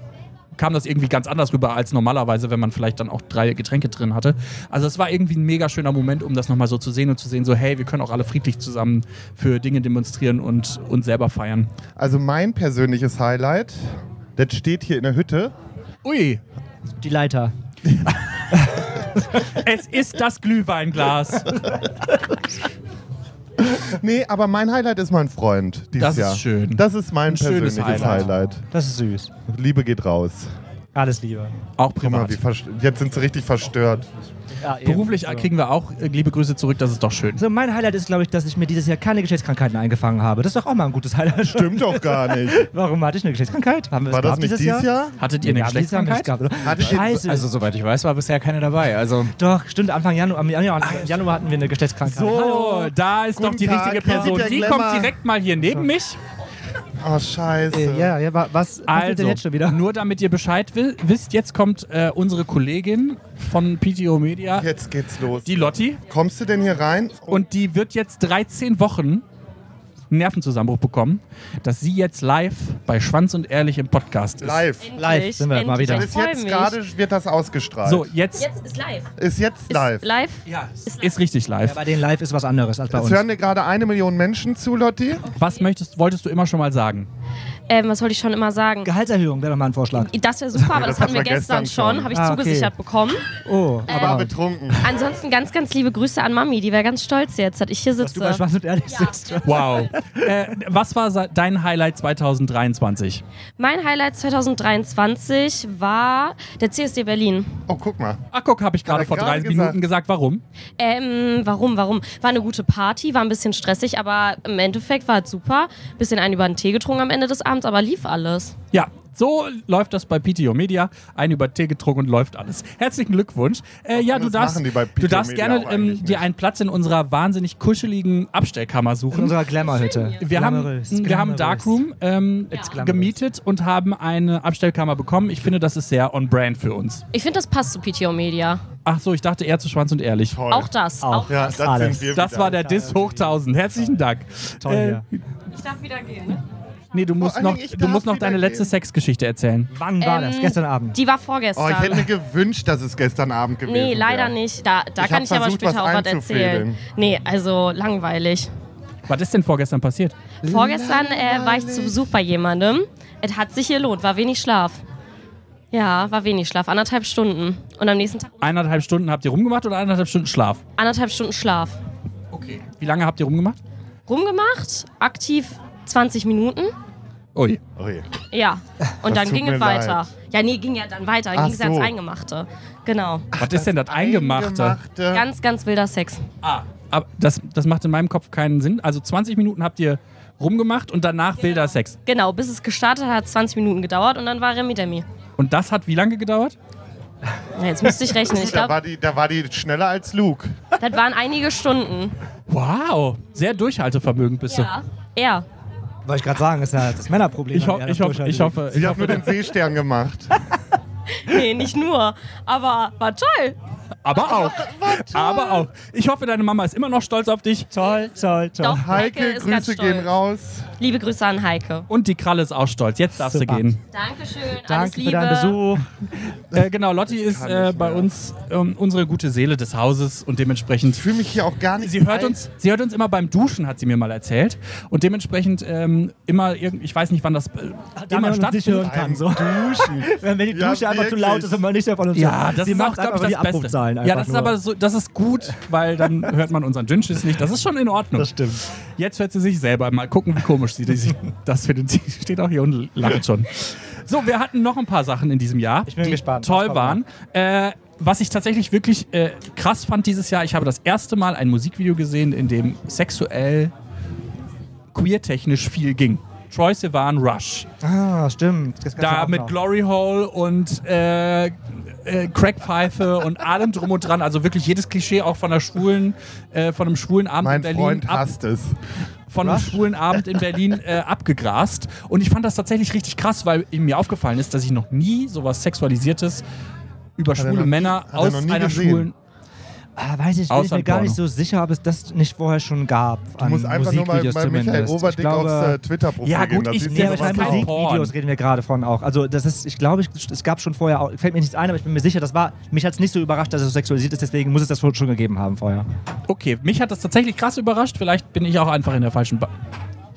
Speaker 3: kam das irgendwie ganz anders rüber als normalerweise, wenn man vielleicht dann auch drei Getränke drin hatte. Also es war irgendwie ein mega schöner Moment, um das nochmal so zu sehen und zu sehen, so hey, wir können auch alle friedlich zusammen für Dinge demonstrieren und uns selber feiern.
Speaker 2: Also mein persönliches Highlight, das steht hier in der Hütte.
Speaker 3: Ui,
Speaker 1: Die Leiter.
Speaker 3: es ist das Glühweinglas.
Speaker 2: Nee, aber mein Highlight ist mein Freund dieses
Speaker 3: Das ist
Speaker 2: Jahr.
Speaker 3: schön.
Speaker 2: Das ist mein
Speaker 3: Ein schönes
Speaker 2: persönliches
Speaker 3: Highlight.
Speaker 2: Highlight.
Speaker 1: Das ist süß.
Speaker 2: Liebe geht raus.
Speaker 1: Alles Liebe.
Speaker 3: Auch
Speaker 2: Guck mal,
Speaker 3: privat.
Speaker 2: wie verst- jetzt sind sie richtig verstört.
Speaker 1: Ja, eben.
Speaker 3: Beruflich kriegen wir auch äh, liebe Grüße zurück, das ist doch schön.
Speaker 1: So, mein Highlight ist, glaube ich, dass ich mir dieses Jahr keine Geschlechtskrankheiten eingefangen habe. Das ist doch auch mal ein gutes Highlight.
Speaker 2: Stimmt doch gar nicht.
Speaker 1: Warum hatte ich eine Geschlechtskrankheit? Haben wir
Speaker 2: War das
Speaker 1: gehabt
Speaker 2: nicht dieses Jahr?
Speaker 3: Hattet ihr eine
Speaker 1: Ja, dieses Jahr haben wir es
Speaker 3: Geschlechtskrankheit?
Speaker 1: gehabt. oder?
Speaker 2: Hatte ich-
Speaker 1: Scheiße.
Speaker 7: Also, soweit ich weiß, war bisher keine dabei. Also,
Speaker 1: Doch, stimmt, Anfang Januar, am
Speaker 2: Ah,
Speaker 1: Januar, im Januar hatten wir eine Geschlechtskrankheit.
Speaker 3: Oh, da ist
Speaker 2: Guten
Speaker 3: doch die
Speaker 2: Tag,
Speaker 3: richtige
Speaker 2: hier
Speaker 3: Person.
Speaker 2: sieht der
Speaker 3: Die
Speaker 2: Glamour.
Speaker 3: kommt direkt mal hier neben mich.
Speaker 2: Oh, scheiße.
Speaker 1: Äh, ja, ja, wa- was passiert denn
Speaker 3: Also,
Speaker 1: jetzt schon wieder?
Speaker 3: nur damit ihr Bescheid wi- wisst, jetzt kommt äh, unsere Kollegin von PTO Media,
Speaker 2: Jetzt geht's los.
Speaker 3: die Lotti.
Speaker 2: Kommst du denn hier rein?
Speaker 3: Und die wird jetzt 13 Wochen einen Nervenzusammenbruch bekommen, dass sie jetzt live bei Schwanz und Ehrlich im Podcast ist.
Speaker 2: Live.
Speaker 1: Live sind wir mal
Speaker 8: endlich.
Speaker 1: wieder.
Speaker 2: Das
Speaker 8: Ich
Speaker 2: ist
Speaker 8: freu
Speaker 2: jetzt
Speaker 8: mich.
Speaker 2: gerade, wird das ausgestrahlt.
Speaker 3: So, jetzt,
Speaker 8: Jetzt ist live.
Speaker 2: Ist jetzt
Speaker 8: Ist
Speaker 2: live.
Speaker 8: live.
Speaker 3: Ja, ist, ist richtig live.
Speaker 1: Bei den Live ist was anderes als bei
Speaker 2: Es
Speaker 1: uns.
Speaker 8: Äh.
Speaker 2: hören dir gerade eine Million Menschen zu, Lotti.
Speaker 3: Was möchtest, wolltest du immer schon mal sagen?
Speaker 8: Ähm, was wollte ich schon immer sagen?
Speaker 1: Gehaltserhöhung wäre doch mal ein Vorschlag.
Speaker 8: Das wäre super, aber
Speaker 2: das
Speaker 8: das hatten wir
Speaker 2: hatten wir
Speaker 8: gestern,
Speaker 2: gestern schon.
Speaker 8: schon, habe ich
Speaker 1: Ah, okay.
Speaker 8: zugesichert bekommen.
Speaker 1: Oh,
Speaker 2: War
Speaker 1: aber
Speaker 2: betrunken.
Speaker 8: Ansonsten ganz, ganz liebe Grüße an Mami, die wäre ganz stolz jetzt, dass ich hier
Speaker 1: du bei
Speaker 8: sitze.
Speaker 1: Schwanz und ehrlich sitzt.
Speaker 3: Wow. äh, was war se- dein Highlight 2023?
Speaker 8: Mein Highlight 2023 war der CSD Berlin.
Speaker 2: Oh, guck mal.
Speaker 3: Ach, guck, habe ich gerade
Speaker 2: er
Speaker 3: vor
Speaker 2: gerade
Speaker 3: 30
Speaker 2: gesagt.
Speaker 3: Minuten gesagt, warum?
Speaker 8: Ähm, warum, warum? War eine gute Party, war ein bisschen stressig, aber im Endeffekt war es super. Bisschen einen über den Tee getrunken am Ende des Abends, aber lief alles.
Speaker 3: Ja, so läuft das bei PTO Media. Ein über Tee getrunken und läuft alles. Herzlichen Glückwunsch. Äh, ja, du
Speaker 2: das
Speaker 3: darfst,
Speaker 2: machen die bei
Speaker 3: du
Speaker 2: PTO
Speaker 3: darfst
Speaker 2: Media
Speaker 3: gerne
Speaker 2: auch
Speaker 3: ähm,
Speaker 2: eigentlich
Speaker 3: dir
Speaker 2: nicht.
Speaker 3: einen Platz in unserer wahnsinnig kuscheligen Abstellkammer
Speaker 1: In
Speaker 3: suchen.
Speaker 1: unserer Glamour-Hütte.
Speaker 3: Wir haben,
Speaker 1: Glamourös,
Speaker 3: wir haben
Speaker 1: glamourös.
Speaker 3: Darkroom ähm,
Speaker 1: glamourös.
Speaker 3: gemietet und haben eine Abstellkammer bekommen. Ich finde, das ist sehr on-brand für uns.
Speaker 8: Ich finde, das passt zu PTO Media.
Speaker 3: Ach so, ich dachte eher zu Schwanz und Ehrlich.
Speaker 2: Toll.
Speaker 8: Auch das.
Speaker 1: Auch.
Speaker 8: Auch.
Speaker 2: Ja, das
Speaker 1: Alles.
Speaker 2: sind wir
Speaker 3: Das
Speaker 2: wieder.
Speaker 3: war der Diss hoch 1000. Herzlichen Dank. Äh,
Speaker 1: Toll hier.
Speaker 8: Ich darf wieder gehen, ne?
Speaker 3: Nee, du musst
Speaker 2: allen
Speaker 3: noch,
Speaker 2: Dingen, ich
Speaker 3: du
Speaker 2: darf
Speaker 3: musst noch deine
Speaker 2: wieder
Speaker 3: letzte
Speaker 2: gehen.
Speaker 3: Sexgeschichte erzählen.
Speaker 1: Wann war das? Gestern Abend.
Speaker 8: ähm, Die war
Speaker 2: Oh,
Speaker 8: vorgestern.
Speaker 2: ich hätte mir gewünscht, dass es gestern Abend gewesen wäre.
Speaker 8: Nee, leider nicht. Da, da
Speaker 2: Ich
Speaker 8: kann
Speaker 2: hab
Speaker 8: ich aber
Speaker 2: versucht, was
Speaker 8: später auch was erzählen.
Speaker 2: einzufädeln.
Speaker 8: Nee, also langweilig.
Speaker 3: Was ist denn vorgestern passiert?
Speaker 8: Vorgestern äh, war ich zu Besuch bei jemandem. Es hat sich gelohnt, war wenig Schlaf. Ja, war wenig Schlaf, anderthalb Stunden. Und am nächsten Tag
Speaker 3: Eineinhalb Stunden habt ihr rumgemacht oder eineinhalb Stunden Schlaf?
Speaker 8: anderthalb Stunden Schlaf.
Speaker 3: Okay. Wie lange habt ihr rumgemacht?
Speaker 8: Rumgemacht, aktiv 20 Minuten.
Speaker 3: Ui.
Speaker 2: Oh je.
Speaker 8: Ja, und
Speaker 2: Das
Speaker 8: dann
Speaker 2: tut
Speaker 8: ging
Speaker 2: mir
Speaker 8: es weiter.
Speaker 2: leid.
Speaker 8: Ja, nee, ging ja dann weiter. Dann
Speaker 2: Ach
Speaker 8: ging es ans
Speaker 2: so.
Speaker 8: Eingemachte. Genau.
Speaker 3: Was ist denn das Eingemachte?
Speaker 2: Eingemachte.
Speaker 8: Ganz, ganz wilder Sex.
Speaker 3: Ah, aber das, das macht in meinem Kopf keinen Sinn. Also 20 Minuten habt ihr rumgemacht und danach wilder Sex.
Speaker 8: Genau, bis es gestartet hat, hat 20 Minuten gedauert und dann war Remi Demi.
Speaker 3: Und das hat wie lange gedauert?
Speaker 8: Ja, jetzt müsste ich rechnen. Ich
Speaker 2: da,
Speaker 8: glaube,
Speaker 2: war die, da war die schneller als Luke.
Speaker 8: das waren einige Stunden.
Speaker 3: Wow. Sehr Durchhaltevermögen bist
Speaker 8: Ja. Er.
Speaker 1: Wollte ich gerade sagen, ist ja das Männerproblem.
Speaker 3: du. Ich, ho
Speaker 1: Ja, das
Speaker 3: ich, hoffe, ich hoffe, ich
Speaker 2: Ich habe
Speaker 3: hoffe,
Speaker 2: nur den Seestern gemacht.
Speaker 8: Nee, nicht nur. Aber war toll.
Speaker 3: aber auch. Aber auch. Ich hoffe, deine Mama ist immer noch stolz auf dich.
Speaker 1: Toll, toll, toll.
Speaker 8: Doch, Heike,
Speaker 2: Heike,
Speaker 8: ist ganz
Speaker 2: Grüße
Speaker 8: stolz.
Speaker 2: gehen raus.
Speaker 8: Liebe Grüße an Heike.
Speaker 3: Und die Kralle ist auch stolz. Jetzt darfst
Speaker 1: Super.
Speaker 3: du gehen.
Speaker 8: Dankeschön. alles
Speaker 1: Danke
Speaker 8: Liebe.
Speaker 1: für deinen Besuch.
Speaker 3: Äh, genau, Lotti ist äh, bei uns ähm, unsere gute Seele des Hauses und dementsprechend
Speaker 2: Ich fühle mich hier auch gar nicht.
Speaker 3: Sie hört,
Speaker 2: alt.
Speaker 3: uns, sie hört uns immer beim Duschen, hat sie mir mal erzählt. Und dementsprechend ähm, immer, irgend, ich weiß nicht, wann das äh, immer
Speaker 1: man uns nicht hören
Speaker 3: stattfindet.
Speaker 1: kann.
Speaker 2: Beim
Speaker 1: So.
Speaker 2: Duschen.
Speaker 1: Wenn die
Speaker 2: Ja,
Speaker 1: Dusche einfach zu laut ist
Speaker 2: wirklich.
Speaker 1: und man nicht mehr von uns
Speaker 3: Ja,
Speaker 1: hört.
Speaker 3: das
Speaker 1: Sie
Speaker 3: ist auch,
Speaker 1: macht
Speaker 3: glaube
Speaker 1: einfach
Speaker 3: ich,
Speaker 1: die
Speaker 3: das Beste.
Speaker 1: Abrufzahlen
Speaker 3: ja,
Speaker 1: einfach
Speaker 3: das ist
Speaker 1: nur.
Speaker 3: aber so, das ist gut, weil dann hört man unseren Dünnschiss nicht. Das ist schon in Ordnung.
Speaker 1: Das stimmt.
Speaker 3: Jetzt hört sie sich selber mal gucken, wie komisch sie die sich das findet. Sie steht auch hier und lacht schon. So, wir hatten noch ein paar Sachen in diesem Jahr,
Speaker 1: bin
Speaker 3: die
Speaker 1: gespannt. Was
Speaker 3: toll
Speaker 1: kommt
Speaker 3: waren. Äh, was ich tatsächlich wirklich äh, krass fand dieses Jahr, ich habe das erste Mal ein Musikvideo gesehen, in dem sexuell queertechnisch viel ging. Troy Sivan Rush.
Speaker 1: Ah, stimmt. Das kannst du
Speaker 3: Da
Speaker 1: auch
Speaker 3: mit
Speaker 1: noch.
Speaker 3: Glory Hole und äh, äh, Crackpfeife und allem drum und dran. Also wirklich jedes Klischee auch von einer schwulen, äh, von einem schwulen Abend
Speaker 2: Mein
Speaker 3: in Berlin
Speaker 2: Freund
Speaker 3: ab,
Speaker 2: hasst es.
Speaker 3: von einem schwulen Abend in Berlin äh, abgegrast. Und ich fand das tatsächlich richtig krass, weil mir aufgefallen ist, dass ich noch nie sowas Sexualisiertes über
Speaker 2: er
Speaker 3: schwule
Speaker 2: noch nie-
Speaker 3: Männer
Speaker 2: hat er
Speaker 3: aus
Speaker 2: noch nie
Speaker 3: einer
Speaker 2: gesehen.
Speaker 3: schwulen.
Speaker 1: Ah, weiß ich, bin ich
Speaker 3: Außer
Speaker 1: mir gar
Speaker 3: Porno.
Speaker 1: nicht so sicher, ob es das nicht vorher schon gab.
Speaker 2: Du musst einfach nur mal bei Michael Oberdick aufs äh, Twitter-Profil
Speaker 3: Ja,
Speaker 2: gehen.
Speaker 3: gut,
Speaker 2: da
Speaker 3: ich-
Speaker 2: siehst du
Speaker 1: Ja, aber
Speaker 3: Das
Speaker 1: bei
Speaker 2: sowas
Speaker 3: ist kein
Speaker 2: auch.
Speaker 1: Musikvideos
Speaker 3: Porn.
Speaker 1: reden wir gerade von auch. Also das ist, ich glaube, ich, es gab schon vorher, auch, fällt mir nichts ein, aber ich bin mir sicher, das war, mich hat es nicht so überrascht, dass es so sexualisiert ist, deswegen muss es das wohl schon gegeben haben vorher.
Speaker 3: Okay, mich hat das tatsächlich krass überrascht. Vielleicht bin ich auch einfach in der falschen Ba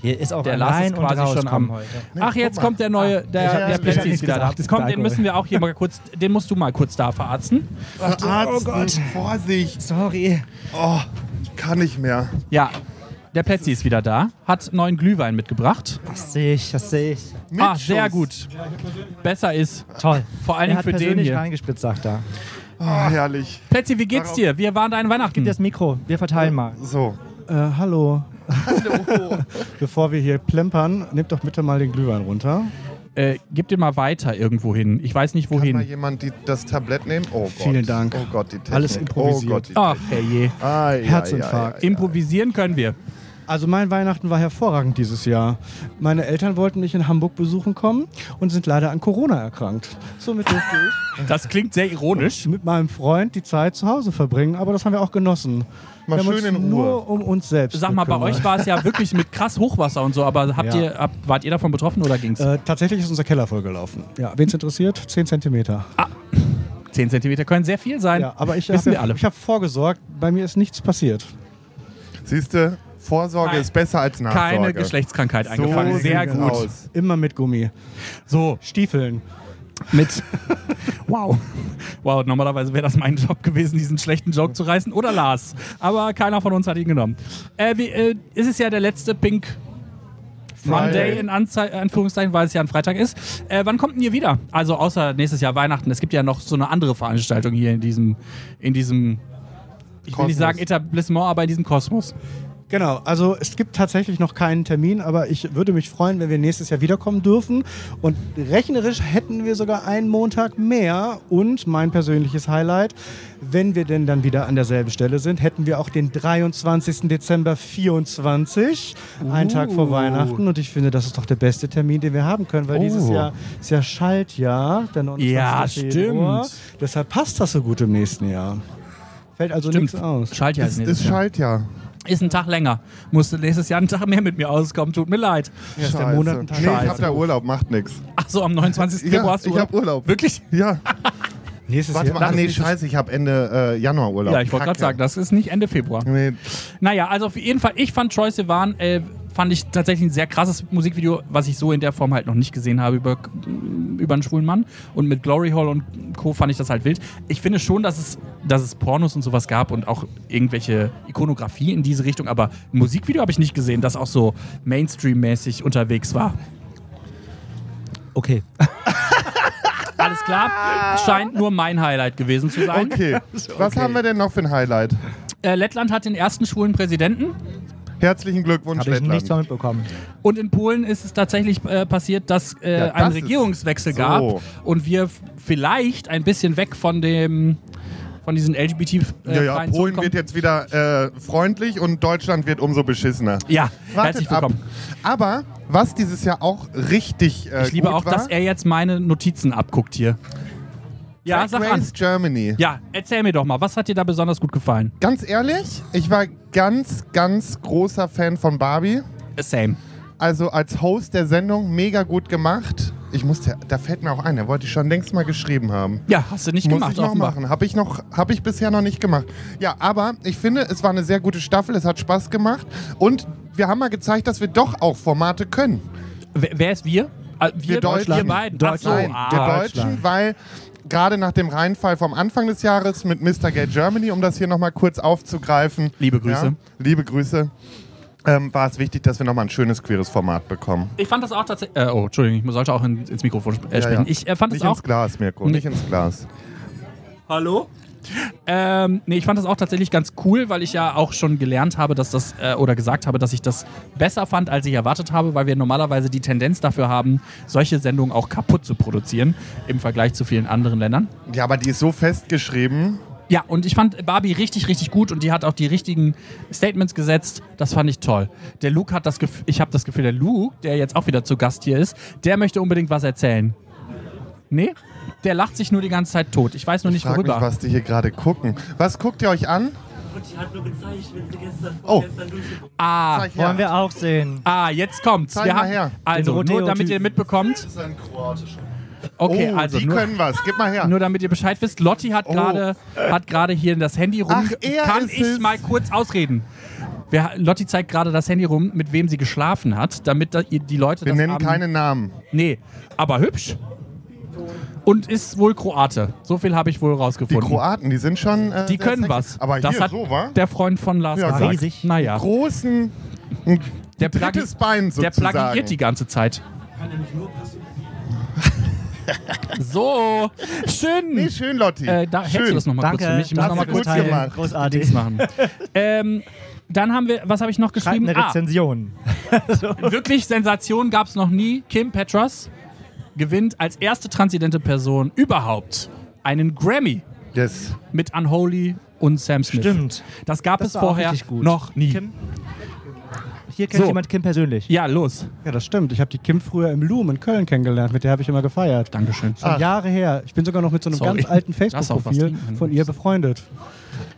Speaker 1: Hier ist auch
Speaker 3: Der
Speaker 1: ein
Speaker 3: Lars ist
Speaker 1: Rein und
Speaker 3: quasi
Speaker 1: raus
Speaker 3: schon
Speaker 1: kommen
Speaker 3: am-
Speaker 1: heute.
Speaker 3: Ach, jetzt kommt der neue, der,
Speaker 2: hab-
Speaker 3: der
Speaker 2: ich hab
Speaker 3: Plätzi ist
Speaker 1: nicht
Speaker 3: wieder da.
Speaker 1: gesagt,
Speaker 3: Das kommt,
Speaker 1: der
Speaker 3: den müssen wir auch hier mal kurz, den musst du mal kurz da verarzten.
Speaker 9: Oh
Speaker 2: Verarzten, Vorsicht, Oh,
Speaker 1: Sorry.
Speaker 2: kann ich mehr.
Speaker 3: Ja, der Plätzi ist wieder da, hat neuen Glühwein mitgebracht.
Speaker 1: Das sehe ich, das sehe ich.
Speaker 2: Mit
Speaker 3: Ah, sehr
Speaker 2: Schuss.
Speaker 3: gut. Besser ist.
Speaker 1: Toll.
Speaker 3: Vor allen
Speaker 1: er
Speaker 3: Dingen
Speaker 1: hat
Speaker 3: für den
Speaker 1: persönlich
Speaker 3: hier. Hm.
Speaker 1: reingespritzt, sagt er.
Speaker 2: Ah, herrlich.
Speaker 3: Plätzi, wie geht's dir? Wir waren dein Weihnachten.
Speaker 1: Das Mikro, wir verteilen mal.
Speaker 2: So,
Speaker 9: Äh, hallo. Bevor wir hier plempern, nehmt doch bitte mal den Glühwein runter.
Speaker 3: Äh, gib dir mal weiter irgendwo hin. Ich weiß nicht
Speaker 2: kann mal
Speaker 3: wohin.
Speaker 2: jemand die, das Tablett nehmen? Oh Gott.
Speaker 9: Vielen Dank.
Speaker 2: Oh Gott, die Technik.
Speaker 9: Alles improvisiert.
Speaker 2: Oh Gott, die
Speaker 3: Ach, herrje.
Speaker 2: Technik. Ai, ai,
Speaker 9: Herzinfarkt.
Speaker 2: ai, ai.
Speaker 3: Improvisieren können wir.
Speaker 9: Also mein Weihnachten war hervorragend dieses Jahr. Meine Eltern wollten mich in Hamburg besuchen kommen und sind leider an Corona erkrankt. Somit durfte ich
Speaker 3: Das klingt sehr ironisch.
Speaker 9: mit meinem Freund die Zeit zu Hause verbringen, aber das haben wir auch genossen.
Speaker 2: Mal
Speaker 9: wir haben
Speaker 2: schön
Speaker 9: uns
Speaker 2: in Ruhe.
Speaker 9: nur um uns selbst
Speaker 3: Sag mal, bei
Speaker 9: gekümmert.
Speaker 3: euch war es ja wirklich mit krass Hochwasser und so, aber habt
Speaker 9: Ja.
Speaker 3: ihr, hab, wart ihr davon betroffen oder ging's?
Speaker 9: Äh, tatsächlich ist unser Keller vollgelaufen. Ja, wen es interessiert? 10 Zentimeter.
Speaker 3: 10 Zentimeter können sehr viel sein.
Speaker 9: Ja, aber ich
Speaker 3: Ah, Wissen
Speaker 9: habe
Speaker 3: wir alle.
Speaker 9: hab vorgesorgt, bei mir ist nichts passiert.
Speaker 2: Siehst du, Vorsorge
Speaker 3: Nein.
Speaker 2: ist besser als Nachsorge.
Speaker 3: Keine Geschlechtskrankheit eingefangen.
Speaker 2: So
Speaker 3: Sehr
Speaker 2: sieht's
Speaker 3: gut.
Speaker 2: Aus.
Speaker 9: Immer mit Gummi.
Speaker 3: So,
Speaker 9: Stiefeln.
Speaker 3: mit. wow. Wow, normalerweise wäre das mein Job gewesen, diesen schlechten Joke zu reißen. Oder Lars. Aber keiner von uns hat ihn genommen. Äh, wie, äh, es ist ja der letzte Pink Monday in Anzei Anführungszeichen, weil es ja ein Freitag ist. Äh, wann kommt denn ihr wieder? Also außer nächstes Jahr Weihnachten. Es gibt ja noch so eine andere Veranstaltung hier in diesem, in diesem, ich will
Speaker 2: Kosmos.
Speaker 3: nicht sagen Etablissement, aber in diesem Kosmos.
Speaker 9: Genau, also es gibt tatsächlich noch keinen Termin, aber ich würde mich freuen, wenn wir nächstes Jahr wiederkommen dürfen. Und rechnerisch hätten wir sogar einen Montag mehr. Und mein persönliches Highlight, wenn wir denn dann wieder an derselben Stelle sind, hätten wir auch den 23. Dezember 24, einen Tag vor Weihnachten. Und ich finde, das ist doch der beste Termin, den wir haben können, weil dieses Jahr ist ja Schaltjahr, der 29.
Speaker 3: Ja,
Speaker 9: Februar.
Speaker 3: stimmt.
Speaker 9: Deshalb passt das so gut im nächsten Jahr. Fällt also nichts aus.
Speaker 3: Schaltjahr ist
Speaker 2: Das
Speaker 3: nächstes
Speaker 2: ist
Speaker 3: Jahr.
Speaker 2: Schaltjahr.
Speaker 3: Ist ein Tag länger. Musste nächstes Jahr einen Tag mehr mit mir auskommen. Tut mir leid.
Speaker 9: Ja, ist der
Speaker 2: Scheiße.
Speaker 9: Monat ein
Speaker 2: nee,
Speaker 9: Tag
Speaker 2: ich
Speaker 9: Scheiße.
Speaker 2: hab da Urlaub, macht nix.
Speaker 3: Ach so, am 29.
Speaker 2: Ja,
Speaker 3: Februar hast du
Speaker 2: ich hab Urlaub.
Speaker 3: Wirklich?
Speaker 2: Ja,
Speaker 9: Nächstes
Speaker 2: warte mal.
Speaker 9: Jahr.
Speaker 2: Ah, nee, scheiße, ich hab Ende äh, Januar Urlaub.
Speaker 3: Ja, ich wollte gerade
Speaker 2: Kacke.
Speaker 3: sagen, das ist nicht Ende Februar.
Speaker 2: Nee,
Speaker 3: Naja, also auf jeden Fall, ich fand Troy Sivan, äh, fand ich tatsächlich ein sehr krasses Musikvideo, was ich so in der Form halt noch nicht gesehen habe über, über einen schwulen Mann. Und mit Glory Hall und Co. fand ich das halt wild. Ich finde schon, dass es, dass es Pornos und sowas gab und auch irgendwelche Ikonografie in diese Richtung, aber ein Musikvideo habe ich nicht gesehen, das auch so Mainstream-mäßig unterwegs war.
Speaker 1: Okay.
Speaker 3: Alles klar, scheint nur mein Highlight gewesen zu sein.
Speaker 2: okay. Was haben wir denn noch für ein Highlight?
Speaker 3: Äh, Lettland hat den ersten schwulen Präsidenten.
Speaker 2: Herzlichen Glückwunsch,
Speaker 1: Habe ich
Speaker 2: Lettland.
Speaker 1: nichts von mitbekommen.
Speaker 3: Und in Polen ist es tatsächlich äh, passiert, dass äh,
Speaker 2: Ja, das
Speaker 3: einen
Speaker 2: ist-
Speaker 3: Regierungswechsel
Speaker 2: so.
Speaker 3: gab und wir f- vielleicht ein bisschen weg von dem von diesen LGBT äh,
Speaker 2: ja, ja, Polen
Speaker 3: freien Zonen
Speaker 2: wird
Speaker 3: kommen.
Speaker 2: jetzt wieder äh, freundlich und Deutschland wird umso beschissener.
Speaker 3: ja
Speaker 2: Wartet
Speaker 3: herzlich willkommen.
Speaker 2: ab. Aber was dieses Jahr auch richtig äh,
Speaker 3: Ich liebe
Speaker 2: gut
Speaker 3: auch,
Speaker 2: war,
Speaker 3: dass er jetzt meine Notizen abguckt hier. Ja,
Speaker 2: Drag
Speaker 3: sag
Speaker 2: Race
Speaker 3: an.
Speaker 2: Germany.
Speaker 3: Ja, erzähl mir doch mal, was hat dir da besonders gut gefallen?
Speaker 2: Ganz ehrlich, ich war ganz, ganz großer Fan von Barbie.
Speaker 3: Same.
Speaker 2: Also als Host der Sendung mega gut gemacht. Ich musste, da fällt mir auch ein, da wollte ich schon längst mal geschrieben haben.
Speaker 3: Ja, hast du nicht
Speaker 2: Muss
Speaker 3: gemacht,
Speaker 2: ich noch
Speaker 3: offenbar.
Speaker 2: machen. Habe ich noch, habe ich bisher noch nicht gemacht. Ja, aber ich finde, es war eine sehr gute Staffel. Es hat Spaß gemacht und wir haben mal gezeigt, dass wir doch auch Formate können.
Speaker 3: Wer, wer ist wir? Ah, Wir,
Speaker 2: Wir
Speaker 3: Deutschen,
Speaker 2: Deutschen.
Speaker 3: wir beiden.
Speaker 2: Nein,
Speaker 3: Ach so,
Speaker 2: wir
Speaker 3: ah.
Speaker 2: Deutschen, weil gerade nach dem Reinfall vom Anfang des Jahres mit Mr. Gay Germany, um das hier nochmal kurz aufzugreifen.
Speaker 3: Liebe Grüße.
Speaker 2: Ja, liebe Grüße. Ähm, war es wichtig, dass wir nochmal ein schönes queeres Format bekommen.
Speaker 3: Ich fand das auch tatsächlich. Äh, oh, Entschuldigung, ich sollte auch in, ins Mikrofon sp äh,
Speaker 2: Ja,
Speaker 3: sprechen.
Speaker 2: ja.
Speaker 3: Ich äh, fand
Speaker 2: Nicht
Speaker 3: es auch
Speaker 2: ins Glas, Mirko,
Speaker 3: Nee.
Speaker 2: nicht ins Glas.
Speaker 3: Hallo? Ähm, nee, ich fand das auch tatsächlich ganz cool, weil ich ja auch schon gelernt habe, dass das, äh, oder gesagt habe, dass ich das besser fand, als ich erwartet habe, weil wir normalerweise die Tendenz dafür haben, solche Sendungen auch kaputt zu produzieren, im Vergleich zu vielen anderen Ländern.
Speaker 2: Ja, aber die ist so festgeschrieben.
Speaker 3: Ja, und ich fand Barbie richtig, richtig gut und die hat auch die richtigen Statements gesetzt. Das fand ich toll. Der Luke hat das Gefühl, ich habe das Gefühl, der Luke, der jetzt auch wieder zu Gast hier ist, der möchte unbedingt was erzählen. Nee? Der lacht sich nur die ganze Zeit tot. Ich weiß nur nicht,
Speaker 2: Frag mich,
Speaker 3: worüber.
Speaker 2: was die hier gerade gucken. Was guckt ihr euch an? Oh,
Speaker 3: Ah,
Speaker 2: zeig
Speaker 1: Wollen
Speaker 2: her.
Speaker 1: wir auch sehen.
Speaker 3: Ah, jetzt kommt's.
Speaker 2: Zeig
Speaker 3: wir
Speaker 2: mal
Speaker 3: haben,
Speaker 2: her.
Speaker 1: Den
Speaker 3: Also, nur
Speaker 1: Rodeo-Typ.
Speaker 3: damit ihr mitbekommt.
Speaker 4: Das ist ein kroatischer.
Speaker 3: Okay,
Speaker 2: oh,
Speaker 3: also
Speaker 2: die
Speaker 3: nur,
Speaker 2: können was. Gib mal her.
Speaker 3: nur damit ihr Bescheid wisst, Lotti hat gerade hat gerade hier das Handy rum.
Speaker 2: Ach, er
Speaker 3: Kann
Speaker 2: ist
Speaker 3: ich
Speaker 2: es.
Speaker 3: mal kurz ausreden? Wer, Lotti zeigt gerade das Handy rum, mit wem sie geschlafen hat, damit da, ihr- die Leute
Speaker 2: wir
Speaker 3: das
Speaker 2: nennen
Speaker 3: haben.
Speaker 2: keine Namen.
Speaker 3: Nee, aber hübsch. Und ist wohl Kroate. So viel habe ich wohl
Speaker 2: Die
Speaker 3: rausgefunden.
Speaker 2: Kroaten, die sind schon. Äh,
Speaker 3: die
Speaker 2: sehr
Speaker 3: können
Speaker 2: sexy.
Speaker 3: was.
Speaker 2: Aber
Speaker 3: das
Speaker 2: hier
Speaker 3: hat
Speaker 2: so, wa?
Speaker 3: der Freund von Lars
Speaker 2: Ja,
Speaker 3: gesagt.
Speaker 1: riesig.
Speaker 3: Naja,
Speaker 2: großen
Speaker 3: der, plagi
Speaker 2: drittes Bein
Speaker 3: der
Speaker 2: sozusagen.
Speaker 3: plagiiert die ganze Zeit. So, schön.
Speaker 2: Nee, schön, Lotti.
Speaker 3: Äh, da
Speaker 2: schön.
Speaker 3: hältst du das nochmal kurz für mich. Ich muss
Speaker 2: danke
Speaker 3: nochmal
Speaker 2: für
Speaker 3: kurz
Speaker 2: das
Speaker 3: hier
Speaker 2: Teil. gemacht.
Speaker 1: Großartig.
Speaker 3: Dings machen. ähm, dann haben wir, was habe ich noch
Speaker 1: Schreibt
Speaker 3: geschrieben?
Speaker 1: eine
Speaker 3: Ah,
Speaker 1: Rezension.
Speaker 3: wirklich Sensation gab es noch nie. Kim Petras gewinnt als erste transidente Person überhaupt einen Grammy
Speaker 2: yes.
Speaker 3: mit Unholy und Sam Smith.
Speaker 1: Stimmt.
Speaker 3: Das gab
Speaker 1: Das
Speaker 3: es
Speaker 1: war auch
Speaker 3: vorher
Speaker 1: richtig gut.
Speaker 3: noch nie.
Speaker 1: Kim? Hier kennt
Speaker 3: So.
Speaker 1: jemand Kim persönlich.
Speaker 3: Ja, los.
Speaker 9: Ja, das stimmt. Ich habe die Kim früher im Loom in Köln kennengelernt. Mit der habe ich immer gefeiert.
Speaker 3: Dankeschön.
Speaker 9: Schon Jahre her. Ich bin sogar noch mit so einem
Speaker 3: Sorry.
Speaker 9: ganz alten
Speaker 3: Lass auch was
Speaker 9: Facebook-Profil
Speaker 3: liegen, wenn du
Speaker 9: von ihr befreundet.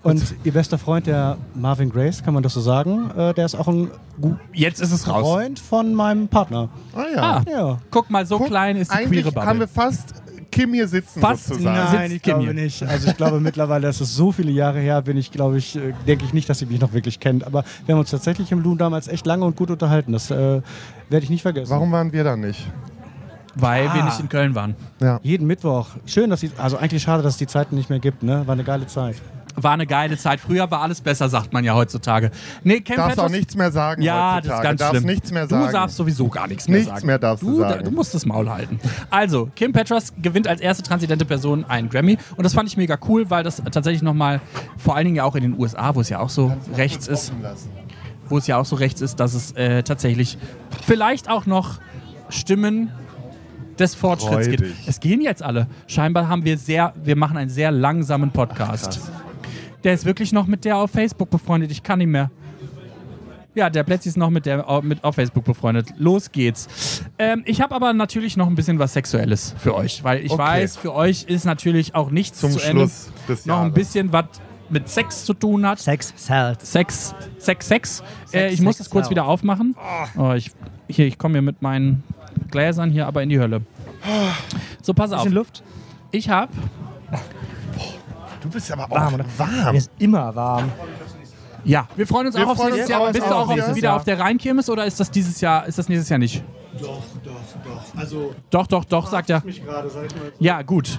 Speaker 9: Und ihr bester Freund, der Marvin Grace, kann man das so sagen, äh, der ist auch ein gu-
Speaker 3: Jetzt ist es raus.
Speaker 9: Freund von meinem Partner.
Speaker 2: Ah ja.
Speaker 3: Ah.
Speaker 9: Ja.
Speaker 3: Guck mal, so
Speaker 2: Guck,
Speaker 3: klein ist die
Speaker 2: Eigentlich
Speaker 3: queere Bubble.
Speaker 2: haben wir fast Kim hier sitzen
Speaker 3: Fast
Speaker 2: sozusagen.
Speaker 3: sitzt
Speaker 9: Nein, ich
Speaker 3: Kim
Speaker 9: glaube
Speaker 3: hier.
Speaker 9: nicht. Also ich glaube mittlerweile, das ist so viele Jahre her, bin ich, glaube ich, äh, denke ich nicht, dass sie mich noch wirklich kennt. Aber wir haben uns tatsächlich im Loom damals echt lange und gut unterhalten. Das äh, werde ich nicht vergessen.
Speaker 2: Warum waren wir da nicht?
Speaker 3: Weil wir nicht in Köln waren.
Speaker 9: Jeden Mittwoch. Schön, dass die, also eigentlich schade, dass es die Zeiten nicht mehr gibt, ne? War eine geile Zeit.
Speaker 3: War eine geile Zeit. Früher war alles besser, sagt man ja heutzutage. Nee, Camp
Speaker 2: Darfst auch
Speaker 3: Pettos-
Speaker 2: nichts mehr sagen
Speaker 3: Ja,
Speaker 2: heutzutage.
Speaker 3: das ist ganz
Speaker 2: darfst
Speaker 3: schlimm.
Speaker 2: nichts mehr sagen.
Speaker 3: Du darfst sowieso gar nichts mehr
Speaker 2: Nichts
Speaker 3: sagen.
Speaker 2: mehr darfst du
Speaker 3: da-
Speaker 2: sagen.
Speaker 3: Du musst das Maul halten. Also, Kim Petras gewinnt als erste transidente Person einen Grammy. Und das fand ich mega cool, weil das tatsächlich nochmal, vor allen Dingen ja auch in den USA, wo es ja auch so rechts ist, wo es ja auch so rechts ist, dass es äh, tatsächlich vielleicht auch noch Stimmen des Fortschritts
Speaker 2: Freu
Speaker 3: gibt.
Speaker 2: dich.
Speaker 3: Es gehen jetzt alle. Scheinbar haben wir sehr, wir machen einen sehr langsamen Podcast. Der ist wirklich noch mit der auf Facebook befreundet. Ich kann nicht mehr. Ja, der Plätzi ist noch mit der au- mit auf Facebook befreundet. Los geht's. Ähm, ich habe aber natürlich noch ein bisschen was Sexuelles für euch, weil ich
Speaker 2: Okay.
Speaker 3: weiß, für euch ist natürlich auch nichts
Speaker 2: Zum
Speaker 3: zu Ende.
Speaker 2: Schluss des
Speaker 3: Noch ein
Speaker 2: Jahres.
Speaker 3: bisschen was mit Sex zu tun hat.
Speaker 1: Sex sells.
Speaker 3: Sex, Sex, Sex. äh, ich
Speaker 1: Sex,
Speaker 3: muss das kurz
Speaker 1: Sau.
Speaker 3: wieder aufmachen. Oh, ich, hier, ich komme hier mit meinen Gläsern hier aber in die Hölle. So, pass auf.
Speaker 9: Bisschen Luft.
Speaker 3: Ich habe
Speaker 2: Du bist aber auch
Speaker 1: Warm,
Speaker 2: warm.
Speaker 1: oder? Mir ist immer warm.
Speaker 3: Ja, wir freuen uns
Speaker 2: Wir
Speaker 3: auch aufs
Speaker 2: freuen
Speaker 3: nächste
Speaker 2: uns
Speaker 3: Jahr.
Speaker 2: auch
Speaker 3: Bist du
Speaker 2: auf
Speaker 3: auch auf,
Speaker 2: nächstes
Speaker 3: wieder
Speaker 1: Jahr.
Speaker 3: auf der Rheinkirmes oder ist das dieses Jahr, ist das nächstes Jahr nicht? Doch, doch, doch. Also doch, doch, sagt er. Ja, gut.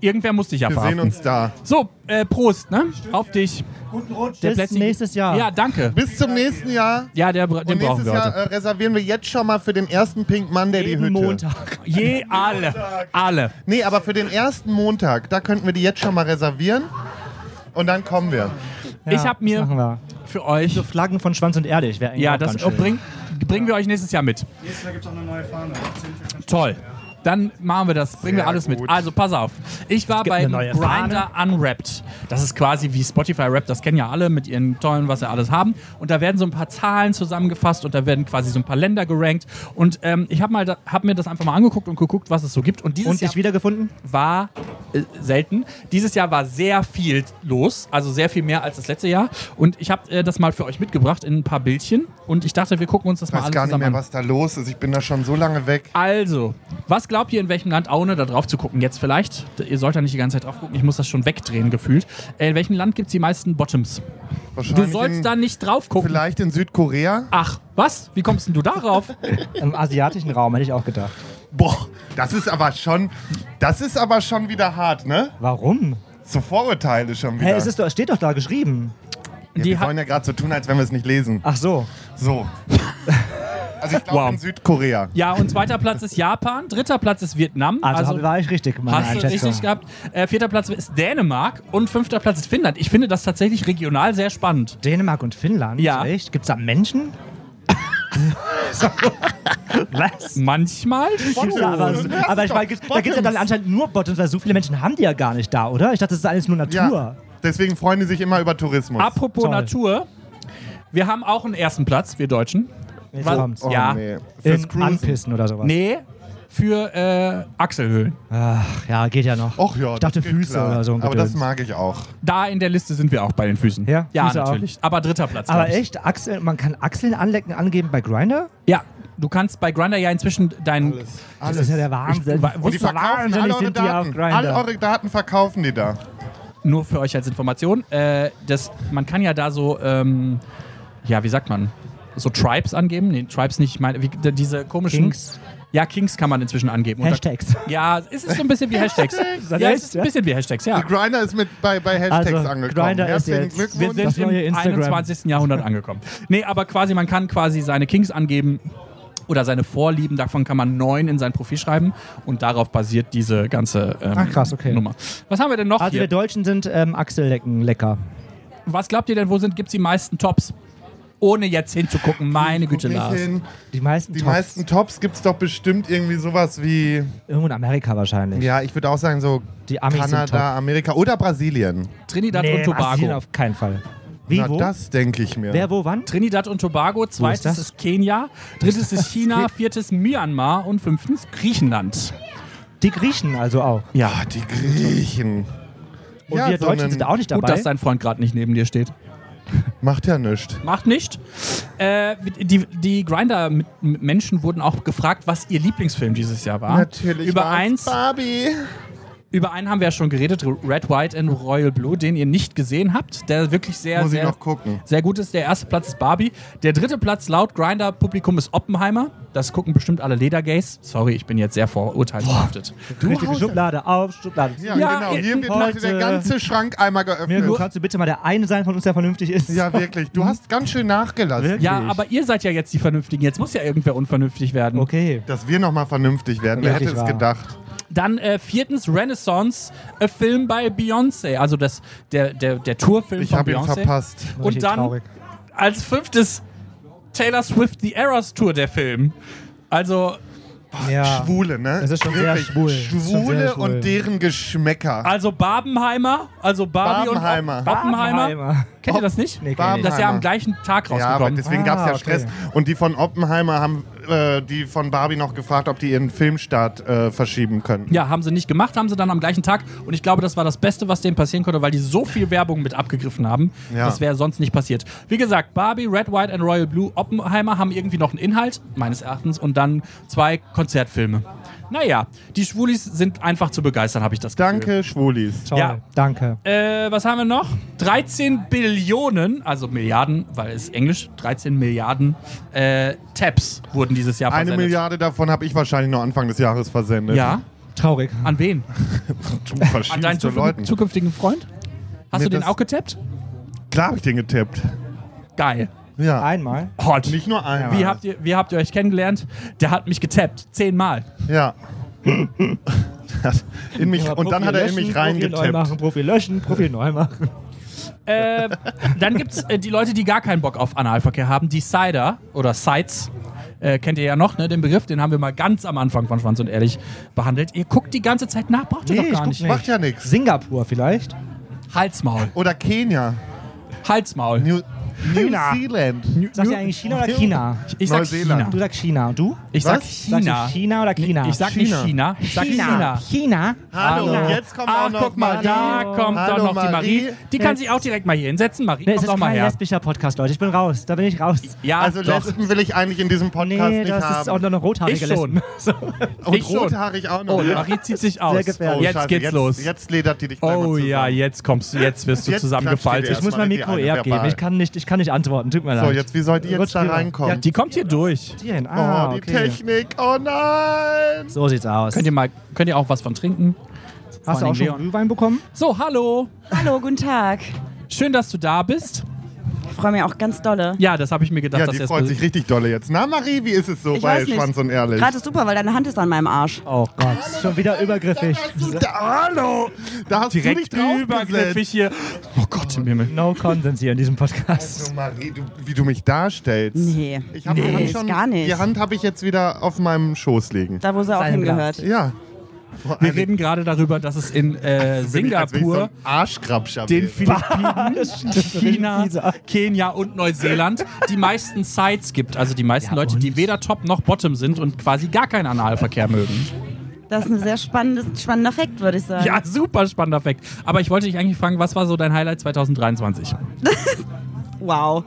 Speaker 3: Irgendwer muss dich ja
Speaker 2: Wir sehen
Speaker 3: verhaften.
Speaker 2: uns da.
Speaker 3: So, äh, Prost, ne? Auf dich. Der
Speaker 1: Bis
Speaker 3: Plätzchen-
Speaker 1: nächstes Jahr.
Speaker 3: Ja, danke.
Speaker 2: Bis zum nächsten Jahr.
Speaker 3: Ja, der, den
Speaker 2: Und
Speaker 3: brauchen
Speaker 2: nächstes
Speaker 3: wir
Speaker 2: Jahr
Speaker 3: heute.
Speaker 2: äh, reservieren wir jetzt schon mal für den ersten Pink Monday die Hütte.
Speaker 1: Jeden Montag.
Speaker 3: Je alle. Alle.
Speaker 2: Nee, aber für den ersten Montag, da könnten wir die jetzt schon mal reservieren. Und dann kommen wir.
Speaker 3: Ich hab mir-
Speaker 1: Das machen wir.
Speaker 3: Für euch.
Speaker 1: Flaggen von Schwanz und Ehrlich wäre eigentlich
Speaker 3: Ja,
Speaker 1: auch
Speaker 3: das
Speaker 1: ganz schön.
Speaker 3: bring, bringen wir euch nächstes Jahr mit.
Speaker 9: Nächstes Jahr gibt es auch eine neue Fahne.
Speaker 3: Toll. Dann machen wir das, bringen wir alles mit.
Speaker 2: gut.
Speaker 3: Also pass auf. Ich war bei
Speaker 1: eine neue
Speaker 3: Grinder Unwrapped. Das ist quasi wie Spotify Rap, das kennen ja alle mit ihren tollen, was sie alles haben. Und da werden so ein paar Zahlen zusammengefasst und da werden quasi so ein paar Länder gerankt. Und ähm, ich habe mal, da- hab mir das einfach mal angeguckt und geguckt, was es so gibt. Und dieses
Speaker 1: Und
Speaker 3: Jahr
Speaker 1: dich wiedergefunden?
Speaker 3: war äh, selten. Dieses Jahr war sehr viel los, also sehr viel mehr als das letzte Jahr. Und ich habe äh, das mal für euch mitgebracht in ein paar Bildchen. Und ich dachte, wir gucken uns das
Speaker 2: Ich
Speaker 3: mal
Speaker 2: weiß
Speaker 3: alles
Speaker 2: gar nicht
Speaker 3: zusammen
Speaker 2: mehr,
Speaker 3: an.
Speaker 2: was da los ist. Ich bin da schon so lange weg.
Speaker 3: Also, was glaubt ihr, in welchem Land, ohne da drauf zu gucken, jetzt vielleicht? D- Ihr sollt da nicht die ganze Zeit drauf gucken, ich muss das schon wegdrehen gefühlt. Äh, in welchem Land gibt es die meisten Bottoms? Du
Speaker 2: Wahrscheinlich in,
Speaker 3: sollst da nicht drauf gucken.
Speaker 2: Vielleicht in Südkorea?
Speaker 3: Ach, was? Wie kommst denn du darauf?
Speaker 1: Im asiatischen Raum, hätte ich auch gedacht.
Speaker 2: Boah, das ist aber schon, das ist aber schon wieder hart, ne?
Speaker 1: Warum?
Speaker 2: So Vorurteile schon wieder.
Speaker 1: Hä, es ist doch, es steht doch da geschrieben.
Speaker 2: ja,
Speaker 3: die
Speaker 2: wir
Speaker 3: hat-
Speaker 2: wollen ja gerade so tun, als wenn wir es nicht lesen.
Speaker 1: Ach so.
Speaker 2: So. Also ich glaube
Speaker 3: Wow.
Speaker 2: in Südkorea.
Speaker 3: ja, und zweiter Platz ist Japan, dritter Platz ist Vietnam.
Speaker 1: Also, war ich richtig, meine
Speaker 3: Hast du
Speaker 1: Einschätzung.
Speaker 3: richtig gehabt? Äh, vierter Platz ist Dänemark und fünfter Platz ist Finnland. Ich finde das tatsächlich regional sehr spannend.
Speaker 1: Dänemark und Finnland?
Speaker 3: Ja.
Speaker 1: Echt? Gibt's da Menschen? Was?
Speaker 3: Manchmal.
Speaker 1: Gibt's da aber, so, aber ich meine, gibt's, da gibt es ja dann anscheinend nur Bottoms, weil so viele Menschen haben die ja gar nicht da, oder? Ich dachte, das ist alles nur Natur.
Speaker 2: Ja. Deswegen freuen die sich immer über Tourismus.
Speaker 3: Apropos
Speaker 1: Toll.
Speaker 3: Natur, wir haben auch einen ersten Platz, wir Deutschen.
Speaker 1: Jetzt
Speaker 3: Was-
Speaker 1: kommt's.
Speaker 2: oh,
Speaker 3: ja.
Speaker 2: nee. Fürs
Speaker 1: In
Speaker 2: Cruisen.
Speaker 1: Anpissen oder sowas.
Speaker 3: Nee, für äh, Achselhöhlen.
Speaker 1: Ach ja, geht ja noch.
Speaker 2: Och ja,
Speaker 1: ich dachte
Speaker 2: das geht
Speaker 1: Füße
Speaker 2: klar.
Speaker 1: oder so. ein
Speaker 2: Aber das
Speaker 1: Gedöns.
Speaker 2: mag ich auch.
Speaker 3: Da in der Liste sind wir auch bei den Füßen.
Speaker 1: Ja,
Speaker 3: ja
Speaker 1: Füße
Speaker 3: natürlich. Aber dritter Platz.
Speaker 1: aber
Speaker 3: glaub ich.
Speaker 1: echt, Achseln, man kann Achseln anlecken, angeben bei Grinder?
Speaker 3: Ja, du kannst bei Grinder ja inzwischen deinen.
Speaker 1: Das ist ja der Wahnsinn.
Speaker 3: Ich-
Speaker 2: Und die verkaufen
Speaker 1: wahnsinnig
Speaker 2: alle eure
Speaker 1: sind die auf
Speaker 2: Daten.
Speaker 1: Grindr.
Speaker 2: Alle eure Daten verkaufen die da.
Speaker 3: Nur für euch als Information. Äh, das, man kann ja da so, ähm, ja, wie sagt man, so Tribes angeben. Nee, Tribes nicht. Ich meine, wie, d- diese komischen.
Speaker 1: Kings.
Speaker 3: Ja, Kings kann man inzwischen angeben. Und da-
Speaker 1: Hashtags.
Speaker 3: Ja, es ist so ein bisschen wie Hashtags.
Speaker 1: das
Speaker 3: ja,
Speaker 1: echt,
Speaker 3: es ist ein
Speaker 1: ja?
Speaker 3: bisschen wie Hashtags, ja.
Speaker 2: Grinder ist mit bei, bei Hashtags
Speaker 1: Also,
Speaker 2: angekommen.
Speaker 1: Grindr ist
Speaker 2: Herzlichen
Speaker 1: jetzt-
Speaker 2: Glückwunsch.
Speaker 3: Wir sind
Speaker 1: Das
Speaker 3: im
Speaker 1: neue Instagram.
Speaker 3: 21. Jahrhundert angekommen. Nee, aber quasi, man kann quasi seine Kings angeben oder seine Vorlieben. Davon kann man neun in sein Profil schreiben und darauf basiert diese ganze ähm,
Speaker 1: Ach, krass, okay.
Speaker 3: Nummer. Was haben wir denn noch
Speaker 1: Also wir
Speaker 3: hier?
Speaker 1: Deutschen sind ähm, Achsellecken lecker.
Speaker 3: Was glaubt ihr denn, wo sind, gibt's die meisten Tops? Ohne jetzt hinzugucken, meine Güte,
Speaker 2: Nicht
Speaker 3: Lars.
Speaker 2: hin.
Speaker 1: Die meisten,
Speaker 2: Die
Speaker 1: Tops.
Speaker 2: meisten Tops gibt es doch bestimmt irgendwie sowas wie,
Speaker 1: Irgendwo in Amerika wahrscheinlich.
Speaker 2: ja, ich würde auch sagen, so
Speaker 1: Die Amis sind
Speaker 2: Kanada, Amerika oder Brasilien.
Speaker 3: Trinidad
Speaker 1: Nee,
Speaker 3: und
Speaker 1: in Asien
Speaker 3: Tobago.
Speaker 1: auf keinen Fall. Wie,
Speaker 2: Na,
Speaker 1: wo?
Speaker 2: das denke ich mir.
Speaker 1: Wer, wo, wann?
Speaker 3: Trinidad und Tobago, zweites ist,
Speaker 1: das?
Speaker 3: Kenia, drittes ist China, viertes Myanmar und fünftens Griechenland.
Speaker 1: Die Griechen also auch.
Speaker 2: ja, Ah, die Griechen.
Speaker 1: Und wir Deutschen sind auch nicht dabei.
Speaker 3: Gut, dass dein Freund gerade nicht neben dir steht.
Speaker 2: Macht ja nichts.
Speaker 1: Hm?
Speaker 3: Macht nicht. Äh, die die Grinder-Menschen wurden auch gefragt, was ihr Lieblingsfilm dieses Jahr war.
Speaker 2: Natürlich.
Speaker 3: Über
Speaker 2: war's
Speaker 3: eins,
Speaker 2: Barbie.
Speaker 3: über einen haben wir ja schon geredet, Red, White and Royal Blue, den ihr nicht gesehen habt, der wirklich sehr,
Speaker 2: Muss ich
Speaker 3: sehr,
Speaker 2: noch gucken.
Speaker 3: sehr gut ist. Der erste Platz ist Barbie. Der dritte Platz laut Grinder-Publikum ist Oppenheimer. Das gucken bestimmt alle Ledergays. Sorry, ich bin jetzt sehr vorurteilshaftet.
Speaker 1: Richtige Schublade auf, Schublade zu.
Speaker 2: Ja,
Speaker 3: Ja,
Speaker 2: genau. Hier wird
Speaker 1: heute-
Speaker 2: heute der ganze Schrank einmal geöffnet.
Speaker 1: Mirko, kannst du bitte mal der eine sein von uns, der vernünftig ist?
Speaker 2: ja, wirklich. Du hast ganz schön nachgelassen.
Speaker 1: Wirklich?
Speaker 3: Ja, aber ihr seid ja jetzt die Vernünftigen. Jetzt muss ja irgendwer unvernünftig werden.
Speaker 1: Okay.
Speaker 2: Dass wir nochmal vernünftig werden. Wer hätte
Speaker 1: Wirklich
Speaker 2: es
Speaker 1: wahr.
Speaker 2: gedacht?
Speaker 3: Dann äh, viertens Renaissance, äh, Film bei Beyoncé. Also das, der, der, der Tourfilm
Speaker 2: Ich
Speaker 3: von
Speaker 2: habe ihn
Speaker 3: Beyoncé.
Speaker 2: verpasst.
Speaker 3: Und dann als fünftes Taylor Swift The Eras Tour, der Film. Also,
Speaker 1: Ja.
Speaker 2: Schwule, ne?
Speaker 1: Es ist schon sehr
Speaker 2: Wirklich.
Speaker 1: schwul. Es ist schon
Speaker 2: Schwule
Speaker 1: sehr schwul.
Speaker 2: und deren Geschmäcker.
Speaker 3: also Barbenheimer, also Barbie
Speaker 2: Barbenheimer.
Speaker 3: und Op- Oppenheimer. Kennt ihr das nicht?
Speaker 1: Nee, kenn ich
Speaker 2: Barbenheimer.
Speaker 1: nicht.
Speaker 3: Das ist ja am gleichen Tag
Speaker 2: Ja, aber
Speaker 3: rausgekommen.
Speaker 2: deswegen
Speaker 1: Ah,
Speaker 2: gab es ja
Speaker 1: okay.
Speaker 2: Stress. Und die von Oppenheimer haben äh, die von Barbie noch gefragt, ob die ihren Filmstart äh, verschieben können.
Speaker 3: Ja, haben sie nicht gemacht, haben sie dann am gleichen Tag. Und ich glaube, das war das Beste, was denen passieren konnte, weil die so viel Werbung mit abgegriffen haben.
Speaker 2: Ja.
Speaker 3: Das wäre sonst nicht passiert. Wie gesagt, Barbie, Red, White and Royal Blue, Oppenheimer haben irgendwie noch einen Inhalt, meines Erachtens, und dann zwei Konzertfilme. Naja, die Schwulis sind einfach zu begeistern, habe ich das Gefühl.
Speaker 2: Danke, Schwulis.
Speaker 1: Toll.
Speaker 3: Ja.
Speaker 1: Danke.
Speaker 3: Äh, was haben wir noch? 13 Billionen, also Milliarden, weil es ist Englisch, 13 Milliarden äh, Tabs wurden dieses Jahr
Speaker 2: Eine
Speaker 3: versendet.
Speaker 2: Milliarde davon habe ich wahrscheinlich noch Anfang des Jahres versendet.
Speaker 3: Ja,
Speaker 1: Traurig.
Speaker 3: an wen?
Speaker 2: Du
Speaker 3: An Ah, deinen
Speaker 2: verschiedenste
Speaker 3: zukünftigen,
Speaker 2: Leuten.
Speaker 3: zukünftigen Freund? Hast
Speaker 2: Mir
Speaker 3: du den
Speaker 2: das-
Speaker 3: auch getappt?
Speaker 2: Klar habe ich den getippt.
Speaker 3: Geil.
Speaker 2: Ja.
Speaker 1: Einmal.
Speaker 3: Hot.
Speaker 2: Nicht nur einmal.
Speaker 3: Wie habt, ihr, wie habt ihr euch kennengelernt? Der hat mich getappt. Zehnmal.
Speaker 2: Ja. in mich, und dann hat er in mich
Speaker 1: Profil neu
Speaker 2: reingetippt.
Speaker 1: machen, Profil löschen, Profil neu machen.
Speaker 3: Äh, dann gibt's äh, die Leute, die gar keinen Bock auf Analverkehr haben. Die Cider oder Sides. Äh, kennt ihr ja noch, ne? Den Begriff, den haben wir mal ganz am Anfang von Schwanz und Ehrlich behandelt. Ihr guckt die ganze Zeit nach, braucht ihr
Speaker 1: Nee,
Speaker 3: doch
Speaker 1: ich
Speaker 3: gar
Speaker 1: guck
Speaker 3: nicht.
Speaker 1: nicht.
Speaker 2: Macht ja nichts.
Speaker 1: Singapur vielleicht?
Speaker 3: Halsmaul.
Speaker 2: Oder Kenia.
Speaker 3: Halsmaul.
Speaker 2: New, New
Speaker 1: China.
Speaker 2: Zealand.
Speaker 1: Sagst du eigentlich China oder China?
Speaker 3: Ich sag
Speaker 2: Neuseeland.
Speaker 3: China.
Speaker 1: Du sagst China. Und du?
Speaker 3: Ich sag
Speaker 2: Was?
Speaker 3: China.
Speaker 1: Sagst du China oder China?
Speaker 3: Ich sag nicht
Speaker 2: China.
Speaker 3: China. Ich sag China.
Speaker 1: China.
Speaker 2: Hallo,
Speaker 1: Hallo.
Speaker 2: jetzt kommt auch
Speaker 3: Ach,
Speaker 2: noch
Speaker 3: guck mal, da
Speaker 2: Marie.
Speaker 3: kommt
Speaker 2: Hallo,
Speaker 3: doch noch die Marie.
Speaker 2: Marie.
Speaker 3: Die kann sich auch direkt mal hier hinsetzen. Marie,
Speaker 1: Nee, es
Speaker 3: komm
Speaker 1: ist
Speaker 3: doch
Speaker 1: kein
Speaker 3: mal her.
Speaker 1: lesbischer Podcast, Leute. Ich bin raus. Da bin ich raus.
Speaker 3: Ja,
Speaker 2: Also
Speaker 3: doch.
Speaker 2: Lesben will ich eigentlich in diesem Podcast
Speaker 1: Nee,
Speaker 2: nicht
Speaker 1: das ist auch
Speaker 2: haben.
Speaker 1: nur noch rothaarige
Speaker 3: Ich schon.
Speaker 1: Lesben. So.
Speaker 2: Und
Speaker 3: ich schon.
Speaker 2: rothaarig auch noch.
Speaker 3: Oh,
Speaker 2: ja.
Speaker 3: Marie zieht sich aus.
Speaker 1: gefährlich.
Speaker 3: jetzt
Speaker 2: Scheiße,
Speaker 3: geht's
Speaker 2: jetzt,
Speaker 3: los.
Speaker 2: Jetzt ledert die dich gleich mal
Speaker 3: oh
Speaker 2: zusammen.
Speaker 3: ja, jetzt kommst du, jetzt wirst du
Speaker 2: Jetzt
Speaker 3: zusammengefaltet.
Speaker 2: klatscht
Speaker 1: Ich muss
Speaker 2: mal
Speaker 1: mein
Speaker 2: die
Speaker 1: Mikro
Speaker 2: eine
Speaker 1: eher geben.
Speaker 2: verbal.
Speaker 1: Ich kann, nicht, ich kann nicht antworten. Tut mir leid.
Speaker 2: So, jetzt, wie sollt ihr
Speaker 1: Rutscht
Speaker 2: jetzt da
Speaker 1: wieder.
Speaker 2: reinkommen?
Speaker 1: Ja,
Speaker 3: Die kommt hier durch.
Speaker 1: Hier hin.
Speaker 2: oh,
Speaker 1: Ah,
Speaker 2: die
Speaker 1: okay.
Speaker 2: Technik. Oh nein.
Speaker 1: So sieht's aus.
Speaker 3: Könnt ihr mal, könnt ihr auch was von trinken?
Speaker 1: Hast du auch schon
Speaker 3: Leon.
Speaker 1: Glühwein bekommen?
Speaker 3: So, hallo.
Speaker 5: Hallo, guten Tag.
Speaker 3: Schön, dass du da bist.
Speaker 5: Ich freue mich auch ganz dolle.
Speaker 3: Ja, das habe ich mir gedacht,
Speaker 2: Ja,
Speaker 3: dass
Speaker 2: die
Speaker 3: erst
Speaker 2: freut sich richtig dolle jetzt. Na, Marie, wie ist es so
Speaker 5: Ich
Speaker 2: bei
Speaker 5: weiß nicht.
Speaker 2: Schwanz und Ehrlich?
Speaker 5: Gerade ist super, weil deine Hand ist an meinem Arsch.
Speaker 1: Oh Gott, schon wieder übergriffig.
Speaker 2: Da, hallo! Da hast du dich
Speaker 3: direkt
Speaker 2: drauf
Speaker 3: übergriffig hier. Oh Gott im Himmel.
Speaker 1: No Consens hier in diesem Podcast.
Speaker 2: Du, Marie, du, wie du mich darstellst.
Speaker 5: Nee.
Speaker 2: Ich hab die
Speaker 5: Nee,
Speaker 2: Hand
Speaker 5: ist
Speaker 2: schon,
Speaker 5: gar nicht.
Speaker 2: Die Hand habe ich jetzt wieder auf meinem Schoß liegen.
Speaker 5: Da, wo sie auch
Speaker 1: Sein
Speaker 5: hingehört.
Speaker 2: Ja. Vor
Speaker 3: Wir
Speaker 2: allen
Speaker 3: reden gerade darüber, dass es in äh,
Speaker 2: Dingen bin ich, als wenn ich so
Speaker 3: Singapur,
Speaker 2: ein Arschgrabscher
Speaker 3: den
Speaker 2: wäre.
Speaker 3: Philippinen, China,
Speaker 1: Fieser.
Speaker 3: Kenia und Neuseeland die meisten Sites gibt. Also die meisten
Speaker 1: Ja,
Speaker 3: Leute, die weder Top noch Bottom sind und quasi gar keinen Analverkehr mögen.
Speaker 5: Das ist ein sehr spannendes, spannender Fakt, würde ich sagen.
Speaker 3: Ja, super spannender Fakt. Aber ich wollte dich eigentlich fragen, was war so dein Highlight 2023?
Speaker 5: Wow.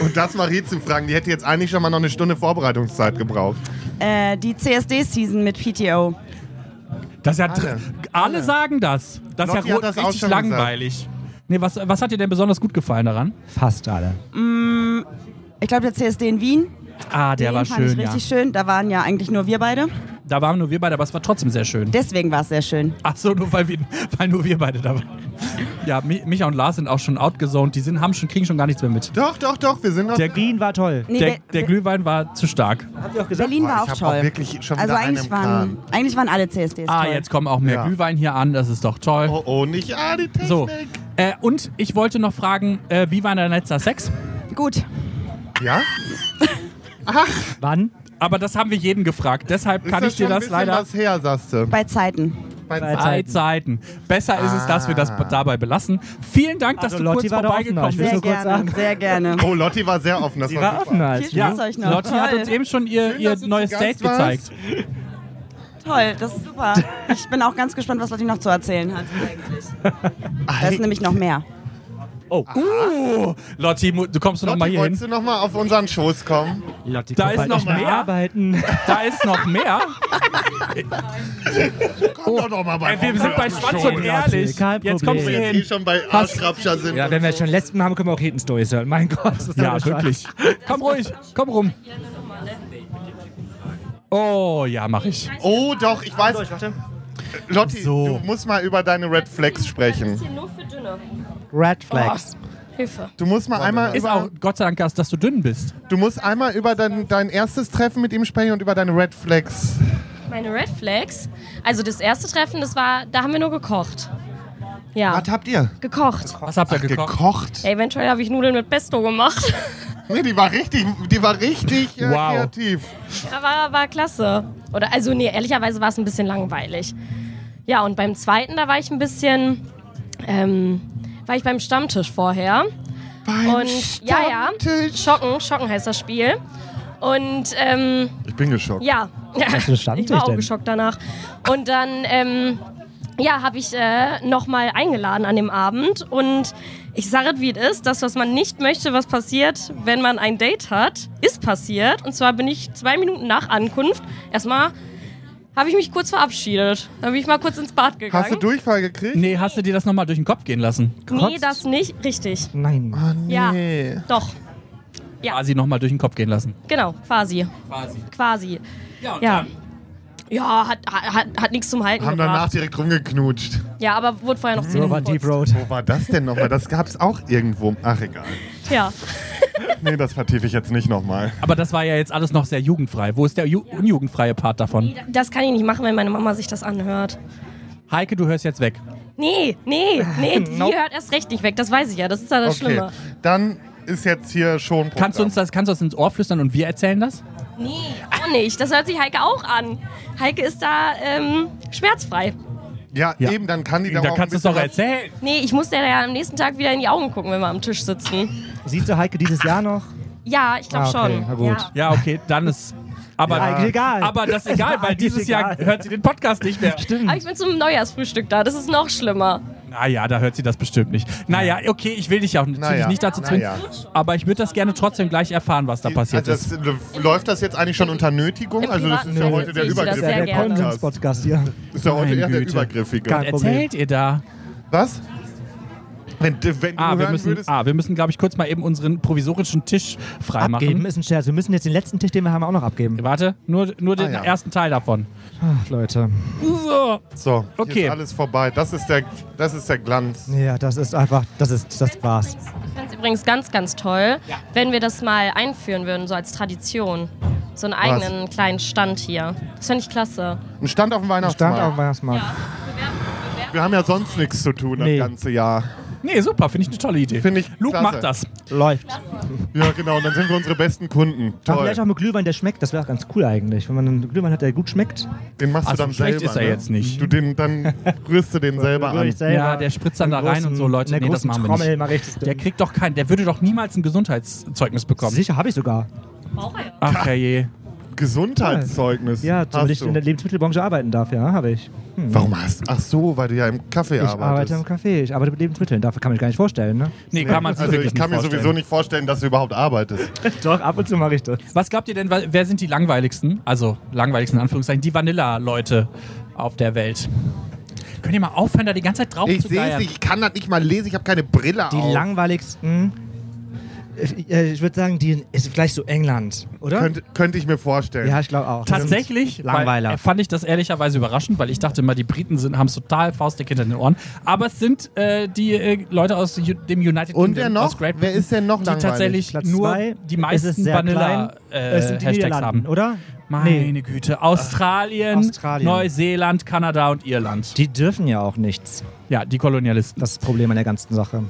Speaker 2: Und das Marie zu fragen, die hätte jetzt eigentlich schon mal noch eine Stunde Vorbereitungszeit gebraucht.
Speaker 5: Äh, die CSD-Season mit PTO.
Speaker 3: Das ist ja
Speaker 2: Alle.
Speaker 3: alle, alle sagen das. Das ist
Speaker 2: Lotti
Speaker 3: ja
Speaker 2: hat
Speaker 3: ro-
Speaker 2: das auch
Speaker 3: richtig
Speaker 2: schon gesagt.
Speaker 3: langweilig. Nee, was, was hat dir denn besonders gut gefallen daran?
Speaker 1: Fast alle.
Speaker 5: Ich glaube, der CSD in Wien.
Speaker 3: Ah, der
Speaker 5: den
Speaker 3: war
Speaker 5: fand
Speaker 3: schön,
Speaker 5: ich
Speaker 3: ja.
Speaker 5: richtig schön. Da waren ja eigentlich nur wir beide.
Speaker 3: Da waren nur wir beide, aber es war trotzdem sehr schön.
Speaker 5: Deswegen war es sehr schön.
Speaker 3: Ach so, nur weil, wir, weil nur wir beide da waren. Ja, Mi- Micha und Lars sind auch schon outgezoned. Die sind, haben schon, kriegen schon gar nichts mehr mit.
Speaker 2: Doch, doch, doch, wir sind noch.
Speaker 1: Der Wien war toll.
Speaker 5: Nee,
Speaker 3: Der,
Speaker 5: Be-
Speaker 3: der
Speaker 5: Be-
Speaker 3: Glühwein war zu stark.
Speaker 1: Habt ihr auch gesagt?
Speaker 5: Berlin
Speaker 2: Boah,
Speaker 5: war
Speaker 2: ich
Speaker 5: auch
Speaker 2: hab
Speaker 5: toll.
Speaker 2: auch wirklich schon
Speaker 5: also
Speaker 2: wieder einen
Speaker 5: eigentlich
Speaker 2: im
Speaker 5: waren, eigentlich waren alle CSDs
Speaker 3: Ah,
Speaker 5: toll.
Speaker 3: jetzt kommen auch mehr
Speaker 2: Ja.
Speaker 3: Glühwein hier an. Das ist doch toll.
Speaker 2: Oh, oh, nicht. Ah, die Technik.
Speaker 3: so, äh, und ich wollte noch fragen, äh, wie war dein letzter Sex?
Speaker 5: Gut.
Speaker 2: Ja?
Speaker 1: Wann?
Speaker 3: Aber das haben wir jeden gefragt. Deshalb kann
Speaker 2: Ist
Speaker 3: ich dir
Speaker 2: schon ein
Speaker 3: das
Speaker 2: bisschen
Speaker 3: leider.
Speaker 2: Was her, sagst du.
Speaker 5: Bei Zeiten.
Speaker 1: Bei
Speaker 3: Bei
Speaker 1: Zeiten.
Speaker 3: Zeiten. Besser ist es, dass wir das
Speaker 2: Ah.
Speaker 3: dabei belassen. Vielen Dank, dass du
Speaker 1: Also Lotti
Speaker 3: kurz
Speaker 1: war da offener.
Speaker 3: vorbeigekommen
Speaker 1: Ich will
Speaker 5: Sehr
Speaker 1: nur
Speaker 3: bist.
Speaker 1: kurz
Speaker 5: gerne,
Speaker 1: sagen.
Speaker 5: sehr gerne.
Speaker 2: Oh, Lotti war sehr offen. Das
Speaker 1: Die
Speaker 2: war,
Speaker 1: war
Speaker 2: super.
Speaker 1: offen als.
Speaker 5: Viel
Speaker 1: Ja.
Speaker 5: Spaß euch noch.
Speaker 3: Lotti hat
Speaker 5: Toll.
Speaker 3: uns eben schon ihr,
Speaker 2: Schön,
Speaker 3: ihr
Speaker 2: dass du
Speaker 3: neues
Speaker 2: zu Gast
Speaker 3: Date gezeigt.
Speaker 5: Toll, das ist super. Ich bin auch ganz gespannt, was Lotti noch zu erzählen hat. eigentlich. Da ist nämlich noch mehr.
Speaker 3: Oh. Uh, Lotti, mu- du kommst noch mal
Speaker 2: Lotti,
Speaker 3: hier hin.
Speaker 2: wolltest du nochmal auf unseren Schoß kommen?
Speaker 1: Lotti,
Speaker 3: Da
Speaker 1: guck
Speaker 3: ist
Speaker 1: mal,
Speaker 3: noch
Speaker 1: ich will
Speaker 3: mehr.
Speaker 1: Arbeiten.
Speaker 3: Da ist noch mehr.
Speaker 2: Komm doch doch mal bei
Speaker 3: Oh. Ey, wir sind bei Schwanz und ehrlich.
Speaker 1: kein
Speaker 3: Jetzt kommst du
Speaker 1: Problem.
Speaker 3: hier
Speaker 2: Jetzt eh
Speaker 3: hin.
Speaker 2: schon bei Arschkrabscher sind.
Speaker 1: Ja, wenn wir schon letzten haben, können wir auch jeden Story hören. Mein Gott, das ist
Speaker 3: Ja,
Speaker 1: doch schade.
Speaker 3: wirklich. Komm ruhig, komm rum. Oh, ja, mach ich.
Speaker 2: Oh doch, ich weiß. Lotti,
Speaker 3: So.
Speaker 2: du musst mal über deine Red Flags sprechen.
Speaker 8: nur für dünne.
Speaker 1: Red Flags.
Speaker 8: Hilfe.
Speaker 2: Du musst mal einmal
Speaker 3: Ist
Speaker 2: über,
Speaker 3: auch Gott sei Dank, dass dass du dünn bist.
Speaker 2: du musst einmal über dein, dein erstes Treffen mit ihm sprechen und über deine Red Flags.
Speaker 8: Meine Red Flags. Also das erste Treffen, das war, da haben wir nur gekocht. Ja,
Speaker 2: Was habt ihr?
Speaker 8: gekocht.
Speaker 3: Was habt ihr gekocht?
Speaker 2: Gekocht.
Speaker 8: Eventuell habe ich Nudeln mit Pesto gemacht.
Speaker 2: Nee, die war richtig, die war richtig äh,
Speaker 3: Wow.
Speaker 2: kreativ.
Speaker 8: Ja, war, war klasse. Oder also nee, ehrlicherweise war es ein bisschen langweilig. Ja, und beim zweiten, da war ich ein bisschen, ähm, war ich beim Stammtisch vorher. Beim und ja, ja.
Speaker 2: Stammtisch.
Speaker 8: Schocken, Schocken heißt das Spiel. Und ähm,
Speaker 2: Ich bin geschockt.
Speaker 8: ja,
Speaker 1: für ein Stammtisch
Speaker 8: ich war auch
Speaker 1: denn?
Speaker 8: geschockt danach. Und dann ähm, ja, habe ich äh, nochmal eingeladen an dem Abend. Und ich sage es, wie es ist. Das, was man nicht möchte, was passiert, wenn man ein Date hat, ist passiert. Und zwar bin ich zwei Minuten nach Ankunft erstmal... Habe ich mich kurz verabschiedet. Dann bin ich mal kurz ins Bad gegangen.
Speaker 2: Hast du Durchfall gekriegt?
Speaker 3: Nee, hast du dir das nochmal durch den Kopf gehen lassen?
Speaker 8: nee, das nicht. Richtig.
Speaker 1: Nein.
Speaker 2: Ah,
Speaker 8: Ja.
Speaker 2: Nee.
Speaker 8: Doch.
Speaker 3: Quasi nochmal durch den Kopf gehen lassen.
Speaker 8: Genau. Quasi.
Speaker 3: Quasi.
Speaker 8: Quasi.
Speaker 3: Ja,
Speaker 8: Ja. Ja, hat, hat, hat nichts zum Halten
Speaker 2: Haben danach
Speaker 8: gebracht.
Speaker 2: direkt rumgeknutscht.
Speaker 8: Ja, aber wurde vorher noch
Speaker 1: Mhm. So
Speaker 8: Zähne
Speaker 1: war Deep Road.
Speaker 8: geputzt.
Speaker 2: Wo war das denn nochmal? Das gab's auch irgendwo. Ach, egal.
Speaker 8: Ja.
Speaker 2: Nee, das vertiefe ich jetzt nicht nochmal.
Speaker 3: Aber das war ja jetzt alles noch sehr jugendfrei. Wo ist der ju unjugendfreie Part davon?
Speaker 8: Das kann ich nicht machen, wenn meine Mama sich das anhört.
Speaker 3: Heike, du hörst jetzt weg.
Speaker 8: Nee, nee, nee, die
Speaker 1: Nope.
Speaker 8: hört erst recht nicht weg. Das weiß ich ja. Das ist ja das
Speaker 2: Okay,
Speaker 8: Schlimme.
Speaker 2: dann ist jetzt hier schon. Punkt
Speaker 3: Kannst du uns
Speaker 2: ab.
Speaker 3: das kannst du uns ins Ohr flüstern und wir erzählen das?
Speaker 8: Nee, auch nicht. Das hört sich Heike auch an. Heike ist da ähm, schmerzfrei.
Speaker 2: Ja,
Speaker 3: Ja.
Speaker 2: eben, dann kann die
Speaker 3: Da
Speaker 2: doch auch
Speaker 3: kannst
Speaker 2: ein
Speaker 3: du es doch
Speaker 2: bisschen was-
Speaker 3: erzählen.
Speaker 8: Nee, ich muss der ja am nächsten Tag wieder in die Augen gucken, wenn wir am Tisch sitzen.
Speaker 1: Siehst du Heike dieses Jahr noch?
Speaker 8: Ja, ich glaube
Speaker 1: Ah, okay.
Speaker 8: schon.
Speaker 1: Na gut.
Speaker 8: Ja.
Speaker 3: Ja, okay, dann ist. Aber,
Speaker 1: Eigentlich egal.
Speaker 3: Ah, aber das ist egal, weil
Speaker 1: Eigentlich
Speaker 3: dieses Jahr
Speaker 1: egal.
Speaker 3: hört sie den Podcast nicht mehr.
Speaker 1: Stimmt.
Speaker 8: Aber ich bin zum Neujahrsfrühstück da. Das ist noch schlimmer.
Speaker 3: Naja, da hört sie das bestimmt nicht. Naja, okay, ich will dich auch natürlich
Speaker 2: Naja.
Speaker 3: nicht dazu zwingen,
Speaker 2: Naja.
Speaker 3: aber ich würde das gerne trotzdem gleich erfahren, was da passiert ist.
Speaker 2: also das, Läuft das jetzt eigentlich schon unter Nötigung?
Speaker 8: Im
Speaker 2: Also, das ist ja
Speaker 8: Privaten
Speaker 2: heute der
Speaker 8: sehe ich das
Speaker 2: Übergriff.
Speaker 8: sehr
Speaker 2: im
Speaker 1: der
Speaker 8: gerne.
Speaker 2: Podcast.
Speaker 1: Podcast hier.
Speaker 2: Das ist ja heute
Speaker 3: Meine
Speaker 2: eher der
Speaker 3: Güte.
Speaker 2: Übergriffige.
Speaker 1: Kein Problem.
Speaker 3: Erzählt ihr da?
Speaker 2: Was? Wenn, du- wenn du
Speaker 3: Ah, wir
Speaker 2: hören
Speaker 3: müssen,
Speaker 2: würdest,
Speaker 3: ah, wir müssen glaube ich, kurz mal eben unseren provisorischen Tisch
Speaker 1: Abgeben
Speaker 3: freimachen.
Speaker 1: ist ein Scherz. Wir müssen jetzt den letzten Tisch, den wir haben, auch noch abgeben.
Speaker 3: Warte, nur, nur den
Speaker 2: Ah, ja.
Speaker 3: ersten Teil davon.
Speaker 1: Ach, Leute.
Speaker 3: So.
Speaker 2: so,
Speaker 3: Okay.
Speaker 2: hier ist alles vorbei. Das ist der, das ist der Glanz.
Speaker 1: Ja, das ist einfach, das ist, das war's.
Speaker 8: Ich fände es übrigens ganz, ganz toll, wenn wir das mal einführen würden, so als Tradition. So einen eigenen kleinen Stand hier. Das fände ich klasse.
Speaker 2: Ein Stand auf dem
Speaker 1: Stand auf
Speaker 2: Weihnachtsmarkt.
Speaker 1: dem Weihnachtsmarkt.
Speaker 2: wir haben ja sonst nichts zu tun
Speaker 1: Nee.
Speaker 2: das ganze Jahr.
Speaker 3: Nee, super, finde ich eine tolle Idee.
Speaker 2: Finde ich
Speaker 3: Luke
Speaker 2: klasse.
Speaker 3: macht das.
Speaker 1: Läuft.
Speaker 2: Ja, genau. Und dann sind wir unsere besten Kunden.
Speaker 1: Aber
Speaker 2: Toll.
Speaker 1: vielleicht auch mit Glühwein, der schmeckt. Das wäre auch ganz cool eigentlich. Wenn man einen Glühwein hat, der gut schmeckt.
Speaker 2: Den machst
Speaker 3: Also
Speaker 2: du dann
Speaker 3: schlecht
Speaker 2: selber.
Speaker 3: ist er
Speaker 2: ne?
Speaker 3: jetzt nicht.
Speaker 2: Du den, dann rührst du den selber an.
Speaker 1: Rühre ich selber.
Speaker 3: Ja, der spritzt dann da
Speaker 1: Im
Speaker 3: rein und so, Leute,
Speaker 1: in der
Speaker 3: nee, das
Speaker 1: großen
Speaker 3: machen wir
Speaker 1: Trommel
Speaker 3: nicht.
Speaker 1: Mal richtig
Speaker 3: Der
Speaker 1: drin.
Speaker 3: kriegt doch kein, der würde doch niemals ein Gesundheitszeugnis bekommen.
Speaker 1: Sicher habe ich sogar.
Speaker 3: Ach herrje.
Speaker 2: Gesundheitszeugnis.
Speaker 1: Ja, damit ich
Speaker 2: hast
Speaker 1: in der
Speaker 2: du.
Speaker 1: Lebensmittelbranche arbeiten darf, ja, habe ich.
Speaker 2: Warum hast Ach so, weil du ja im Kaffee
Speaker 1: Ich arbeite im
Speaker 2: arbeitest.
Speaker 1: Café, ich arbeite mit Lebensmitteln. Dafür kann man sich gar nicht vorstellen, ne?
Speaker 3: Nee, kann man sich
Speaker 2: also
Speaker 3: wirklich
Speaker 2: ich kann mir
Speaker 3: nicht vorstellen.
Speaker 2: sowieso nicht vorstellen, dass du überhaupt arbeitest.
Speaker 1: Doch, ab und zu mache ich das.
Speaker 3: Was glaubt ihr denn, wa- wer sind die langweiligsten, also langweiligsten in Anführungszeichen, die Vanilla-Leute auf der Welt? Könnt ihr mal aufhören, da die ganze Zeit drauf
Speaker 2: Ich
Speaker 3: zu
Speaker 2: sehe es
Speaker 3: geiern?
Speaker 2: nicht, ich kann das nicht mal lesen, ich habe keine Brille
Speaker 1: Die
Speaker 2: auf.
Speaker 1: langweiligsten. äh, Ich würde sagen, die ist vielleicht so England, oder?
Speaker 2: Könnte, könnte ich mir vorstellen.
Speaker 1: ja, ich glaube auch.
Speaker 3: Tatsächlich weil,
Speaker 1: Langweiler.
Speaker 3: äh, fand ich das ehrlicherweise überraschend, weil ich dachte immer, die Briten haben es total faustdick hinter den Ohren. Aber es sind äh, die äh, Leute aus Ju- dem United
Speaker 2: Und
Speaker 3: Kingdom,
Speaker 2: wer noch?
Speaker 3: aus Great
Speaker 2: Wer
Speaker 3: Britain,
Speaker 2: ist denn noch
Speaker 3: die
Speaker 2: langweilig?
Speaker 3: tatsächlich
Speaker 1: Platz
Speaker 3: nur
Speaker 1: zwei
Speaker 3: die
Speaker 1: ist es
Speaker 3: meisten
Speaker 1: sehr klein. Es sind die
Speaker 3: Vanilla-Hashtags
Speaker 1: Niederlanden,
Speaker 3: haben.
Speaker 1: oder?
Speaker 3: Meine Güte, Australien,
Speaker 1: Australien.
Speaker 3: Neuseeland, Kanada und Irland.
Speaker 1: Die dürfen ja auch nichts.
Speaker 3: Ja, die Kolonialisten.
Speaker 1: Das ist das Problem an der ganzen Sache.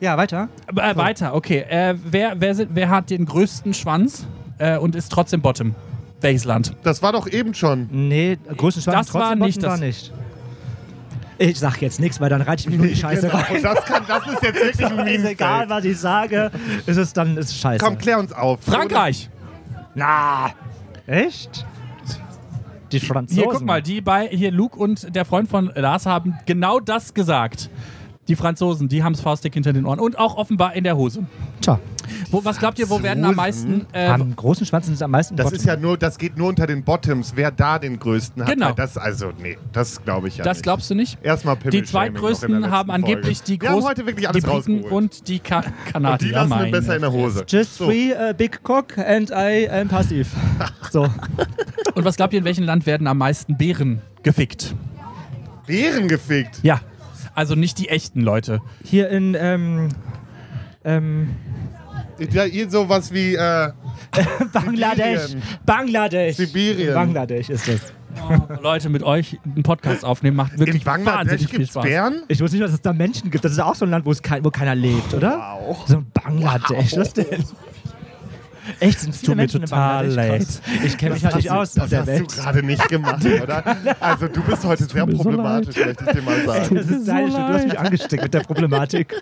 Speaker 1: Ja, weiter.
Speaker 3: Äh, weiter, okay. Äh, wer, wer, sind, wer hat den größten Schwanz äh, und ist trotzdem Bottom? Welches Land?
Speaker 2: Das war doch eben schon.
Speaker 1: Nee, größten Schwanz
Speaker 3: Das war
Speaker 1: trotzdem Botten
Speaker 3: nicht das-
Speaker 1: war nicht. Ich sag jetzt nichts, weil dann reite ich mich nur in die Scheiße rein.
Speaker 2: Und das, kann, das ist jetzt wirklich ein
Speaker 1: Ist
Speaker 2: Minenfeld.
Speaker 1: egal, was ich sage, ist es dann ist es scheiße.
Speaker 2: Komm, klär uns auf.
Speaker 3: Frankreich!
Speaker 1: Na, echt? Die Franzosen.
Speaker 3: Hier, guck mal, die bei hier Luke und der Freund von Lars haben genau das gesagt. Die Die Franzosen, die haben es faustdick hinter den Ohren und auch offenbar in der Hose.
Speaker 1: Tja,
Speaker 3: Wo, was glaubt ihr, wo werden am meisten. Äh,
Speaker 1: am großen Schwanz sind es am meisten
Speaker 2: Das
Speaker 1: Botten.
Speaker 2: ist ja nur, das geht nur unter den Bottoms. Wer da den größten hat,
Speaker 3: Genau.
Speaker 2: weil das also nee, das glaube ich ja
Speaker 3: das
Speaker 2: nicht.
Speaker 3: glaubst du nicht?
Speaker 2: Erstmal Pimmel
Speaker 3: Die zweitgrößten haben angeblich die
Speaker 2: Wir haben
Speaker 3: großen.
Speaker 2: heute wirklich
Speaker 3: die
Speaker 2: alles
Speaker 3: Briten
Speaker 2: rausgeholt.
Speaker 3: und die Ka
Speaker 2: Und die
Speaker 3: Kanadier.
Speaker 2: lassen wir
Speaker 3: meine
Speaker 2: besser in der Hose.
Speaker 1: Just
Speaker 2: So.
Speaker 1: three uh, big cock and I am passiv. So.
Speaker 3: Und was glaubt ihr, in welchem Land werden am meisten Bären gefickt?
Speaker 2: Bären gefickt.
Speaker 3: Ja. Also nicht die echten Leute.
Speaker 1: Hier in, ähm, ähm,
Speaker 2: Ja, ihr sowas wie äh,
Speaker 1: Bangladesch.
Speaker 2: Sibirien.
Speaker 1: Bangladesch.
Speaker 2: Sibirien.
Speaker 1: Bangladesch ist das.
Speaker 3: Also Leute, mit euch einen Podcast aufnehmen macht
Speaker 2: in
Speaker 3: wirklich
Speaker 2: Bangladesch
Speaker 3: wahnsinnig viel
Speaker 2: gibt's
Speaker 3: Spaß.
Speaker 2: Bären?
Speaker 1: Ich wusste nicht, dass es da Menschen gibt. Das ist auch so ein Land, wo, es kein, wo keiner lebt, oder?
Speaker 2: Wow.
Speaker 1: So ein Bangladesch. Was denn? Echt, sind viele
Speaker 3: Tut mir
Speaker 1: Menschen
Speaker 3: total
Speaker 1: in
Speaker 3: leid.
Speaker 1: Bangladesch? Krass. Ich kenne mich halt nicht aus auf
Speaker 2: Das
Speaker 1: der
Speaker 2: hast du
Speaker 1: Welt.
Speaker 2: gerade nicht gemacht, oder? Also du bist heute sehr
Speaker 3: mir so
Speaker 2: problematisch, möchte ich dir mal sagen.
Speaker 1: Das ist deine Schuld. Du hast mich angesteckt mit der Problematik.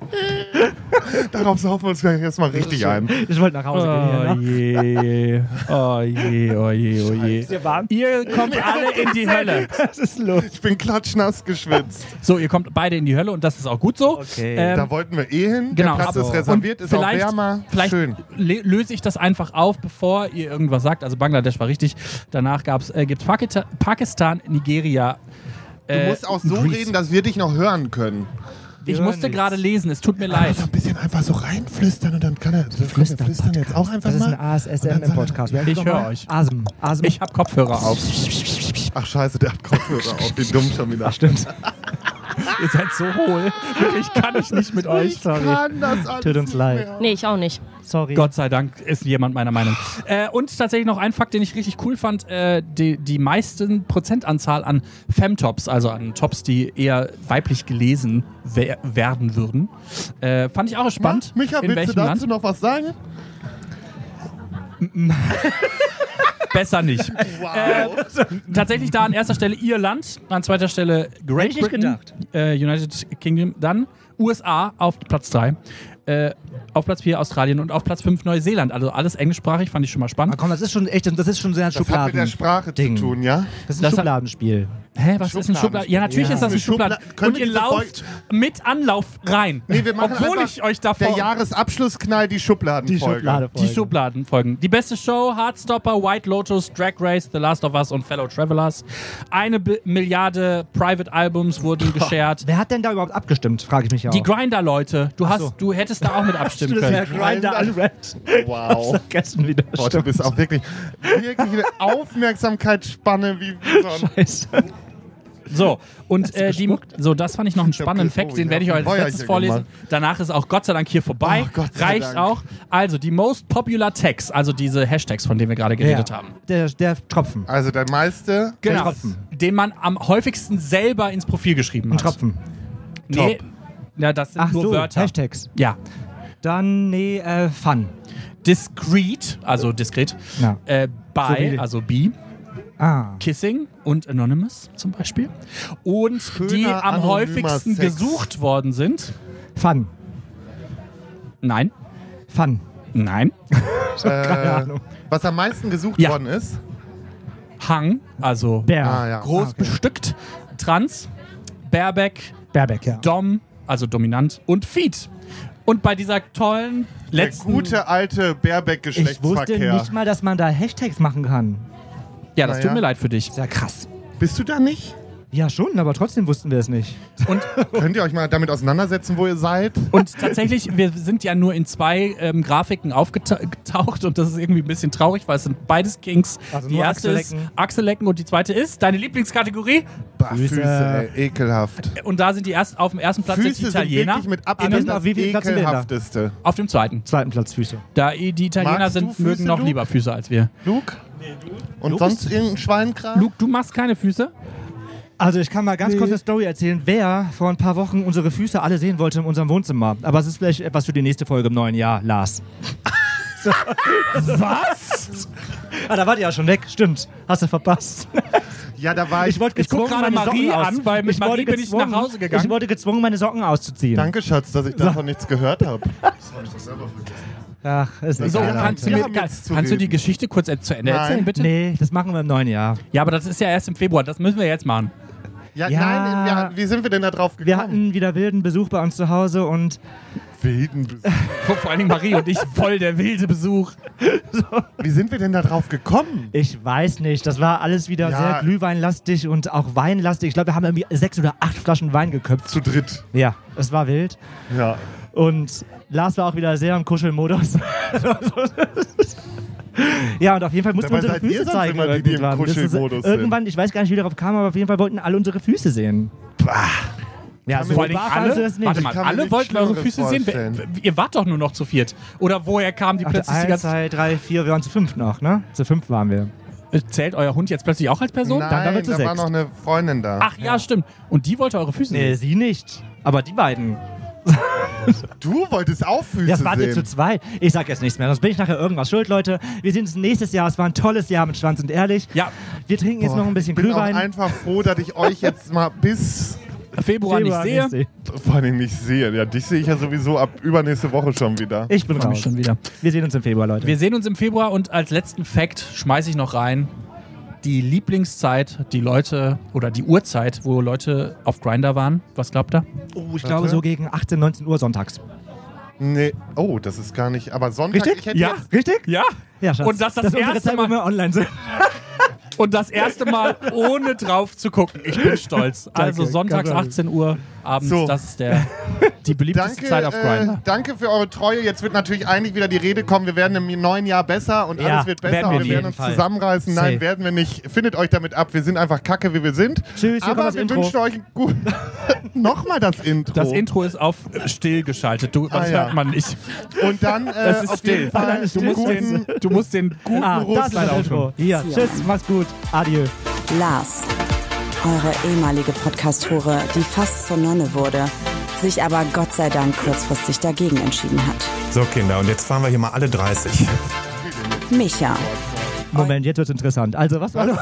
Speaker 2: Darauf saufen wir uns gleich erstmal richtig ein.
Speaker 1: Ich wollte nach Hause
Speaker 3: Oh
Speaker 1: gehen. Ne?
Speaker 3: je, oh je, oh je, oh je.
Speaker 1: Ist dir warm?
Speaker 3: Ihr kommt alle in die Hölle.
Speaker 1: Was ist los?
Speaker 2: Ich bin klatschnass geschwitzt.
Speaker 3: So, ihr kommt beide in die Hölle und das ist auch gut so.
Speaker 1: Okay.
Speaker 3: Ähm,
Speaker 2: Da wollten wir eh hin.
Speaker 3: Genau,
Speaker 2: Der Platz
Speaker 3: aber-
Speaker 2: ist reserviert,
Speaker 3: und
Speaker 2: ist auch
Speaker 3: vielleicht-
Speaker 2: wärmer.
Speaker 3: Vielleicht
Speaker 2: Schön.
Speaker 3: le- löse ich das einfach auf, bevor ihr irgendwas sagt. Also Bangladesch war richtig. Danach gab's, äh, gibt es Pakistan, Nigeria. äh,
Speaker 2: Du musst auch so reden, dass wir dich noch hören können.
Speaker 3: Ich
Speaker 1: Ja,
Speaker 3: musste
Speaker 1: nichts.
Speaker 3: gerade lesen, es tut mir leid.
Speaker 2: Ein bisschen einfach so reinflüstern und dann kann er. So, komm, wir flüstern jetzt auch einfach
Speaker 1: Das ist
Speaker 2: mal.
Speaker 1: ein ASSM-Podcast.
Speaker 3: Ich höre euch.
Speaker 1: Asm. Asm.
Speaker 3: Ich habe Kopfhörer auf.
Speaker 2: Ach scheiße, der hat Kopfhörer auf, den dumm schon wieder.
Speaker 1: Stimmt.
Speaker 3: ihr seid so hohl. Wirklich kann ich nicht mit euch. Sorry.
Speaker 2: kann das alles
Speaker 1: Tut uns
Speaker 2: nicht
Speaker 1: leid.
Speaker 2: mehr.
Speaker 8: Nee, ich auch nicht.
Speaker 1: Sorry.
Speaker 3: Gott sei Dank ist jemand meiner Meinung. Äh, und tatsächlich noch ein Fakt, den ich richtig cool fand: äh, die, die meisten Prozentanzahl an Femtops, also an Tops, die eher weiblich gelesen wer werden würden, äh, fand ich auch spannend.
Speaker 2: Micha,
Speaker 3: in
Speaker 2: willst du
Speaker 3: welchem
Speaker 2: dazu
Speaker 3: Land?
Speaker 2: noch was sagen?
Speaker 3: Besser nicht.
Speaker 2: Äh, Wow.
Speaker 3: tatsächlich da an erster Stelle ihr Land, an zweiter Stelle Great
Speaker 1: Hätte ich nicht
Speaker 3: Britain,
Speaker 1: gedacht.
Speaker 3: äh, United Kingdom, dann USA auf Platz 3. Äh, auf Platz 4 Australien und auf Platz 5 Neuseeland. Also alles englischsprachig, fand ich schon mal
Speaker 1: Ah,
Speaker 3: spannend.
Speaker 1: komm, das ist schon echt, das ist schon sehr ein
Speaker 2: das hat
Speaker 1: Schubladen.
Speaker 2: mit der Sprache
Speaker 1: Ding.
Speaker 2: zu tun, ja?
Speaker 1: Das ist ein
Speaker 3: Das hat-
Speaker 1: Schubladenspiel.
Speaker 3: Hä, was ist ein
Speaker 2: Schubladen-
Speaker 3: Schubladen? Ja, natürlich
Speaker 1: Ja.
Speaker 3: ist das ein
Speaker 2: Eine Schubla-
Speaker 3: Schubladen.
Speaker 2: Können
Speaker 3: Und
Speaker 2: wir
Speaker 3: ihr
Speaker 2: diese
Speaker 3: lauft mit Anlauf rein.
Speaker 2: Nee, wir machen
Speaker 3: Obwohl
Speaker 2: einfach
Speaker 3: ich euch
Speaker 2: Der
Speaker 3: davor
Speaker 2: Jahresabschlussknall, die Schubladenfolge.
Speaker 3: die Schubladen folgen. Die beste Show, Hardstopper, White Lotus, Drag Race, The Last of Us und Fellow Travelers. Eine Bi Milliarde Private Albums wurden geshared.
Speaker 1: Wer hat denn da überhaupt abgestimmt, frage ich mich ja auch.
Speaker 3: Die Grinder-Leute, du, hast,
Speaker 1: so.
Speaker 3: du hättest da auch mit abstimmen
Speaker 1: das
Speaker 3: können.
Speaker 1: wäre Grinder unwrapped.
Speaker 2: Wow.
Speaker 1: Vergessen wieder.
Speaker 2: Boah, du bist auch wirklich, wirklich eine Aufmerksamkeitsspanne wie so ein
Speaker 1: Scheiße.
Speaker 3: So, und äh, die, so, das fand ich noch einen spannenden
Speaker 2: Ich hab
Speaker 3: Fact, den
Speaker 2: gespuckt,
Speaker 3: werde ich
Speaker 2: ja.
Speaker 3: euch als
Speaker 2: Feuerchen
Speaker 3: letztes vorlesen. Danach ist auch Gott sei Dank hier vorbei.
Speaker 2: Oh, Gott sei
Speaker 3: Reicht
Speaker 2: Dank.
Speaker 3: auch. Also, die most popular Tags, also diese Hashtags, von denen wir gerade geredet haben.
Speaker 1: Der, der Tropfen.
Speaker 2: Also der meiste.
Speaker 3: Genau.
Speaker 1: Tropfen.
Speaker 3: Den man am häufigsten selber ins Profil geschrieben
Speaker 1: Ein
Speaker 3: hat.
Speaker 1: Tropfen.
Speaker 3: Nee, ja, das sind
Speaker 1: Ach
Speaker 3: nur
Speaker 1: so,
Speaker 3: Wörter.
Speaker 1: Hashtags.
Speaker 3: Ja.
Speaker 1: Dann, nee, äh, Fun.
Speaker 3: Discreet, also diskret.
Speaker 1: Ja.
Speaker 3: Äh, by,
Speaker 1: So wie-
Speaker 3: also B.
Speaker 1: Ah.
Speaker 3: Kissing und Anonymous zum Beispiel. Und die
Speaker 2: Schöner,
Speaker 3: am
Speaker 2: anonymer
Speaker 3: häufigsten
Speaker 2: Sex.
Speaker 3: gesucht worden sind.
Speaker 1: Fun.
Speaker 3: Nein.
Speaker 1: Fun.
Speaker 3: Nein.
Speaker 2: Äh, was am meisten gesucht
Speaker 3: Ja.
Speaker 2: worden ist.
Speaker 3: Hang, also
Speaker 1: Bär.
Speaker 2: Ah, ja.
Speaker 3: groß
Speaker 1: okay.
Speaker 3: bestückt. Trans, Baerbeck,
Speaker 1: Baerbeck, ja.
Speaker 3: Dom, also dominant und Feed. Und bei dieser tollen
Speaker 2: Der
Speaker 3: letzten.
Speaker 2: gute alte
Speaker 1: ich wusste
Speaker 2: Baerbeck-Geschlechtsverkehr.
Speaker 1: nicht mal, dass man da Hashtags machen kann.
Speaker 3: Ja, das
Speaker 2: Na
Speaker 3: tut
Speaker 2: ja.
Speaker 3: mir leid für dich.
Speaker 1: Ist ja krass.
Speaker 2: Bist du da nicht?
Speaker 1: Ja, schon, aber trotzdem wussten wir es nicht.
Speaker 3: Und,
Speaker 2: Könnt ihr euch mal damit auseinandersetzen, wo ihr seid?
Speaker 3: und tatsächlich, wir sind ja nur in zwei ähm, Grafiken aufgetaucht und das ist irgendwie ein bisschen traurig, weil es sind beides Kings.
Speaker 1: Also
Speaker 3: die
Speaker 1: nur
Speaker 3: erste ist
Speaker 1: Achsellecken.
Speaker 3: Achsellecken und die zweite ist deine Lieblingskategorie.
Speaker 2: Bah,
Speaker 1: Füße.
Speaker 2: Füße, ey, ekelhaft.
Speaker 3: Und da sind die erst auf dem ersten Platz sind die
Speaker 2: Füße sind
Speaker 3: Italiener.
Speaker 2: wirklich mit
Speaker 1: Innen-
Speaker 2: Abstand das
Speaker 1: wie viel Platz sind denn da?
Speaker 2: ekelhafteste.
Speaker 3: auf dem zweiten.
Speaker 1: Zweiten Platz Füße.
Speaker 3: Da i- die Italiener
Speaker 2: Magst du
Speaker 3: sind,
Speaker 2: Füße,
Speaker 3: mögen noch
Speaker 2: Luke?
Speaker 3: lieber Füße als wir.
Speaker 2: Luke? Und sonst irgendein Schweinkram?
Speaker 3: Luke, du machst keine Füße?
Speaker 1: Also ich kann mal ganz kurz eine Story erzählen, wer vor ein paar Wochen unsere Füße alle sehen wollte in unserem Wohnzimmer. Aber es ist vielleicht etwas für die nächste Folge im neuen Jahr, Lars. Was? ah, da wart ihr ja schon weg, stimmt. Hast du verpasst.
Speaker 2: Ja, da war ich.
Speaker 1: wollte
Speaker 3: Ich guck
Speaker 1: gezwungen
Speaker 3: gerade
Speaker 1: meine Socken
Speaker 3: Marie
Speaker 1: aus-
Speaker 3: an, weil mit
Speaker 1: wurde
Speaker 3: Marie bin ich
Speaker 1: gezwungen-
Speaker 3: nach Hause gegangen.
Speaker 1: Ich wurde gezwungen, meine Socken auszuziehen.
Speaker 2: Danke, Schatz, dass ich davon nichts gehört habe.
Speaker 1: Ach, ist nicht
Speaker 3: So,
Speaker 1: egal.
Speaker 3: kannst, du
Speaker 2: Wir
Speaker 3: mir,
Speaker 2: haben jetzt zu
Speaker 3: kannst du die
Speaker 2: reden.
Speaker 3: Geschichte kurz zu Ende
Speaker 2: Nein.
Speaker 3: erzählen, bitte?
Speaker 1: Nee, das machen wir im neuen Jahr.
Speaker 3: Ja, aber das ist ja erst im Februar, das müssen wir jetzt machen.
Speaker 2: Ja,
Speaker 1: Ja.
Speaker 2: nein, wir, wie sind wir denn da drauf gekommen?
Speaker 1: Wir hatten wieder wilden Besuch bei uns zu Hause und
Speaker 2: Wilden Besuch.
Speaker 3: Guck, vor allen Dingen Marie und ich, voll der wilde Besuch.
Speaker 2: Wie sind wir denn da drauf gekommen?
Speaker 1: ich weiß nicht, das war alles wieder
Speaker 2: Ja.
Speaker 1: sehr glühweinlastig und auch weinlastig. Ich glaube, wir haben irgendwie sechs oder acht Flaschen Wein geköpft.
Speaker 2: Zu dritt.
Speaker 1: Ja, es war wild.
Speaker 2: Ja.
Speaker 1: Und Lars war auch wieder sehr im Kuschelmodus. ja, und auf jeden Fall mussten wir
Speaker 2: Dabei seid ihr
Speaker 1: unsere Füße
Speaker 2: sonst
Speaker 1: zeigen.
Speaker 2: immer die, die im
Speaker 1: irgendwann. Das ist-
Speaker 2: Kuschelmodus sind.
Speaker 1: Irgendwann, ich weiß gar nicht, wie wir darauf kamen, aber auf jeden Fall wollten alle unsere Füße sehen. Ja, so
Speaker 3: Vor allen Dingen
Speaker 1: war also
Speaker 3: alle,
Speaker 1: das nicht.
Speaker 3: warte mal,
Speaker 2: Ich kann mir
Speaker 3: alle
Speaker 2: nichts
Speaker 3: wollten eure
Speaker 2: Schlimmeres
Speaker 3: Füße sehen. Wer-
Speaker 2: vorstellen.
Speaker 3: Ihr wart doch nur noch zu viert. Oder woher kam die
Speaker 1: Warte,
Speaker 3: plötzlich die
Speaker 1: eins,
Speaker 3: ganze...
Speaker 1: zwei, drei, vier, wir waren zu fünf noch, ne? Zu fünf waren wir.
Speaker 3: Äh, Zählt euer Hund jetzt plötzlich auch als Person?
Speaker 2: Nein,
Speaker 1: damit zu
Speaker 2: da war
Speaker 1: sechst.
Speaker 2: noch eine Freundin da.
Speaker 3: Ach ja, stimmt. Und die wollte eure Füße
Speaker 1: Nee,
Speaker 3: sehen.
Speaker 1: sie nicht. Aber die beiden.
Speaker 2: du wolltest auch Füße
Speaker 1: Das wart ihr
Speaker 2: sehen.
Speaker 1: zu zweit. Ich sag jetzt nichts mehr, sonst bin ich nachher irgendwas schuld, Leute. Wir sehen uns nächstes Jahr. Es war ein tolles Jahr mit Schwanz und Ehrlich.
Speaker 3: Ja,
Speaker 1: Wir trinken jetzt noch ein
Speaker 2: ich
Speaker 1: bisschen
Speaker 2: bin auch
Speaker 1: Glühwein.
Speaker 2: einfach froh, dass ich euch jetzt mal bis
Speaker 3: Februar,
Speaker 1: Februar
Speaker 3: nicht sehe.
Speaker 1: nächste-
Speaker 2: vor allem nicht sehe. Ja, dich sehe ich ja sowieso ab übernächste Woche schon wieder.
Speaker 1: Ich bin
Speaker 3: Komm ich
Speaker 1: raus.
Speaker 3: schon wieder.
Speaker 1: Genau. Wir sehen uns im Februar, Leute.
Speaker 3: Wir sehen uns im Februar und als letzten Fact schmeiße ich noch rein. Die Lieblingszeit, die Leute oder die Uhrzeit, wo Leute auf Grinder waren. Was glaubt ihr?
Speaker 1: oh, ich glaube so gegen 18, 19 Uhr sonntags.
Speaker 2: Nee. Oh, das ist gar nicht. Aber Sonntag, ich hätte jetzt
Speaker 1: richtig?
Speaker 3: Ja.
Speaker 1: Ja, Schatz.
Speaker 3: Und dass das
Speaker 1: ist unsere
Speaker 3: erste
Speaker 1: Zeit, wo
Speaker 3: Mal-
Speaker 1: wir online sind.
Speaker 3: Und das erste Mal ohne drauf zu gucken. Ich bin stolz. Also sonntags 18 Uhr abends,
Speaker 2: So.
Speaker 3: das ist der, die beliebteste
Speaker 2: Danke,
Speaker 3: Zeit auf
Speaker 2: äh,
Speaker 3: Grinder.
Speaker 2: danke für eure Treue. Jetzt wird natürlich eigentlich wieder die Rede kommen, wir werden im neuen Jahr besser und
Speaker 1: Ja,
Speaker 2: alles wird besser
Speaker 1: werden wir
Speaker 2: und
Speaker 1: auf
Speaker 2: wir werden
Speaker 1: jeden
Speaker 2: uns
Speaker 1: Fall.
Speaker 2: zusammenreißen. Nein,
Speaker 1: Safe.
Speaker 2: werden wir nicht. Findet euch damit ab. Wir sind einfach kacke, wie wir sind.
Speaker 1: Tschüss, hier kommt
Speaker 2: Aber
Speaker 1: das
Speaker 2: wir
Speaker 1: Intro.
Speaker 2: wünschen euch gut. Nochmal das Intro.
Speaker 3: Das Intro ist auf äh, still geschaltet. Du, das
Speaker 2: Ah, ja.
Speaker 3: hört man nicht.
Speaker 2: Und dann äh,
Speaker 3: Das ist
Speaker 2: auf
Speaker 3: still.
Speaker 2: jeden Fall
Speaker 1: ist
Speaker 3: Du musst,
Speaker 2: guten,
Speaker 3: den, du musst den guten
Speaker 1: Ah,
Speaker 3: Ruf
Speaker 1: das ist das
Speaker 3: leider
Speaker 1: Intro. Hier,
Speaker 5: Ja.
Speaker 1: tschüss, mach's gut. Adieu.
Speaker 5: Lars, eure ehemalige Podcast-Hure, die fast zur Nonne wurde, sich aber Gott sei Dank kurzfristig dagegen entschieden hat.
Speaker 6: So, Kinder, und jetzt fahren wir hier mal alle 30.
Speaker 5: Micha,
Speaker 1: Moment, jetzt wird's interessant. Also, was war das?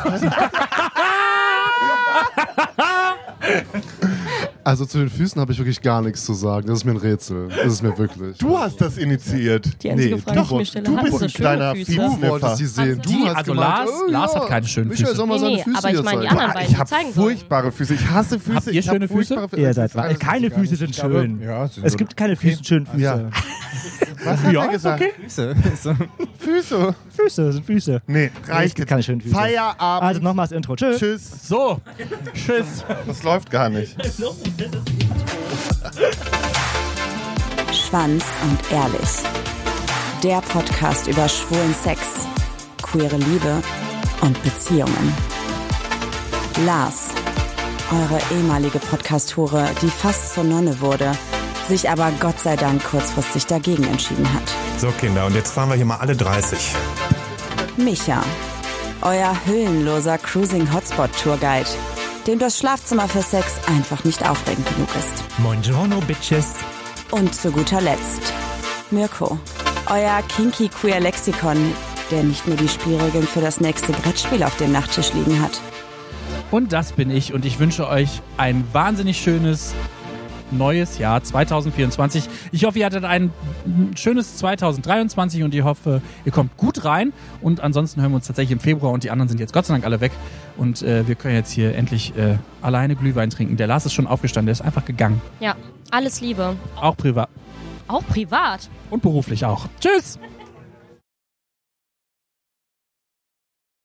Speaker 4: Also zu den Füßen habe ich wirklich gar nichts zu sagen. Das ist mir ein Rätsel. Das ist mir wirklich.
Speaker 2: Du hast das initiiert.
Speaker 8: Die einzige
Speaker 4: Nee,
Speaker 8: Frage, die ich
Speaker 4: doch,
Speaker 8: mir stelle,
Speaker 2: du
Speaker 8: hast
Speaker 2: bist ein
Speaker 8: schöne
Speaker 2: kleiner
Speaker 8: Füße?
Speaker 2: Fies-
Speaker 4: Du wolltest sie sehen.
Speaker 8: Also
Speaker 4: Du
Speaker 3: die-
Speaker 4: hast
Speaker 3: also
Speaker 4: gemeint,
Speaker 3: Lars-
Speaker 4: oh,
Speaker 3: Lars
Speaker 4: ja.
Speaker 3: hat keine schönen
Speaker 4: Michael
Speaker 3: Füße.
Speaker 4: soll mal
Speaker 8: Nee,
Speaker 4: seine
Speaker 8: nee,
Speaker 4: Füße
Speaker 8: aber ich
Speaker 4: hier
Speaker 8: meine die
Speaker 4: zeigen.
Speaker 8: anderen
Speaker 2: Ich
Speaker 8: beiden
Speaker 2: habe
Speaker 8: zeigen sollen.
Speaker 2: furchtbare Füße. Ich hasse Füße.
Speaker 3: Habt ihr
Speaker 2: ich hab
Speaker 3: schöne Füße?
Speaker 2: furchtbare
Speaker 1: Ihr seid wahr.
Speaker 2: Keine-
Speaker 1: Keine Füße sind schön.
Speaker 7: Ja, sind
Speaker 1: es
Speaker 7: so-
Speaker 1: gibt keine Füße, schönen Füße.
Speaker 2: Ja. Was hat
Speaker 3: Ja,
Speaker 2: er
Speaker 3: ist
Speaker 2: gesagt?
Speaker 3: okay.
Speaker 7: Füße.
Speaker 2: Füße.
Speaker 1: Füße sind Füße.
Speaker 2: Nee,
Speaker 1: Es
Speaker 2: reicht
Speaker 1: gibt
Speaker 2: jetzt.
Speaker 1: keine schönen Füße.
Speaker 2: Feierabend.
Speaker 1: Also nochmal das Intro. Tschüss.
Speaker 2: Tschüss.
Speaker 3: So, tschüss.
Speaker 2: Das läuft gar nicht.
Speaker 5: Schwanz und Ehrlich. Der Podcast über schwulen Sex, queere Liebe und Beziehungen. Lars, eure ehemalige Podcast-Hure, die fast zur Nonne wurde, sich aber Gott sei Dank kurzfristig dagegen entschieden hat.
Speaker 6: So, Kinder, und jetzt fahren wir hier mal alle 30.
Speaker 5: Micha, euer hüllenloser Cruising Hotspot Tourguide, dem das Schlafzimmer für Sex einfach nicht aufregend genug ist.
Speaker 7: Buongiorno, Bitches.
Speaker 5: Und zu guter Letzt, Mirko, euer kinky queer Lexikon, der nicht nur die Spielregeln für das nächste Brettspiel auf dem Nachttisch liegen hat.
Speaker 3: Und das bin ich und ich wünsche euch ein wahnsinnig schönes neues Jahr 2024. Ich hoffe, ihr hattet ein schönes 2023 und ich hoffe, ihr kommt gut rein. Und ansonsten hören wir uns tatsächlich im Februar und die anderen sind jetzt Gott sei Dank alle weg. Und äh, wir können jetzt hier endlich äh, alleine Glühwein trinken. Der Lars ist schon aufgestanden, der ist einfach gegangen.
Speaker 8: Ja, alles Liebe.
Speaker 3: Auch privat.
Speaker 8: Auch privat.
Speaker 3: Und beruflich auch. Tschüss!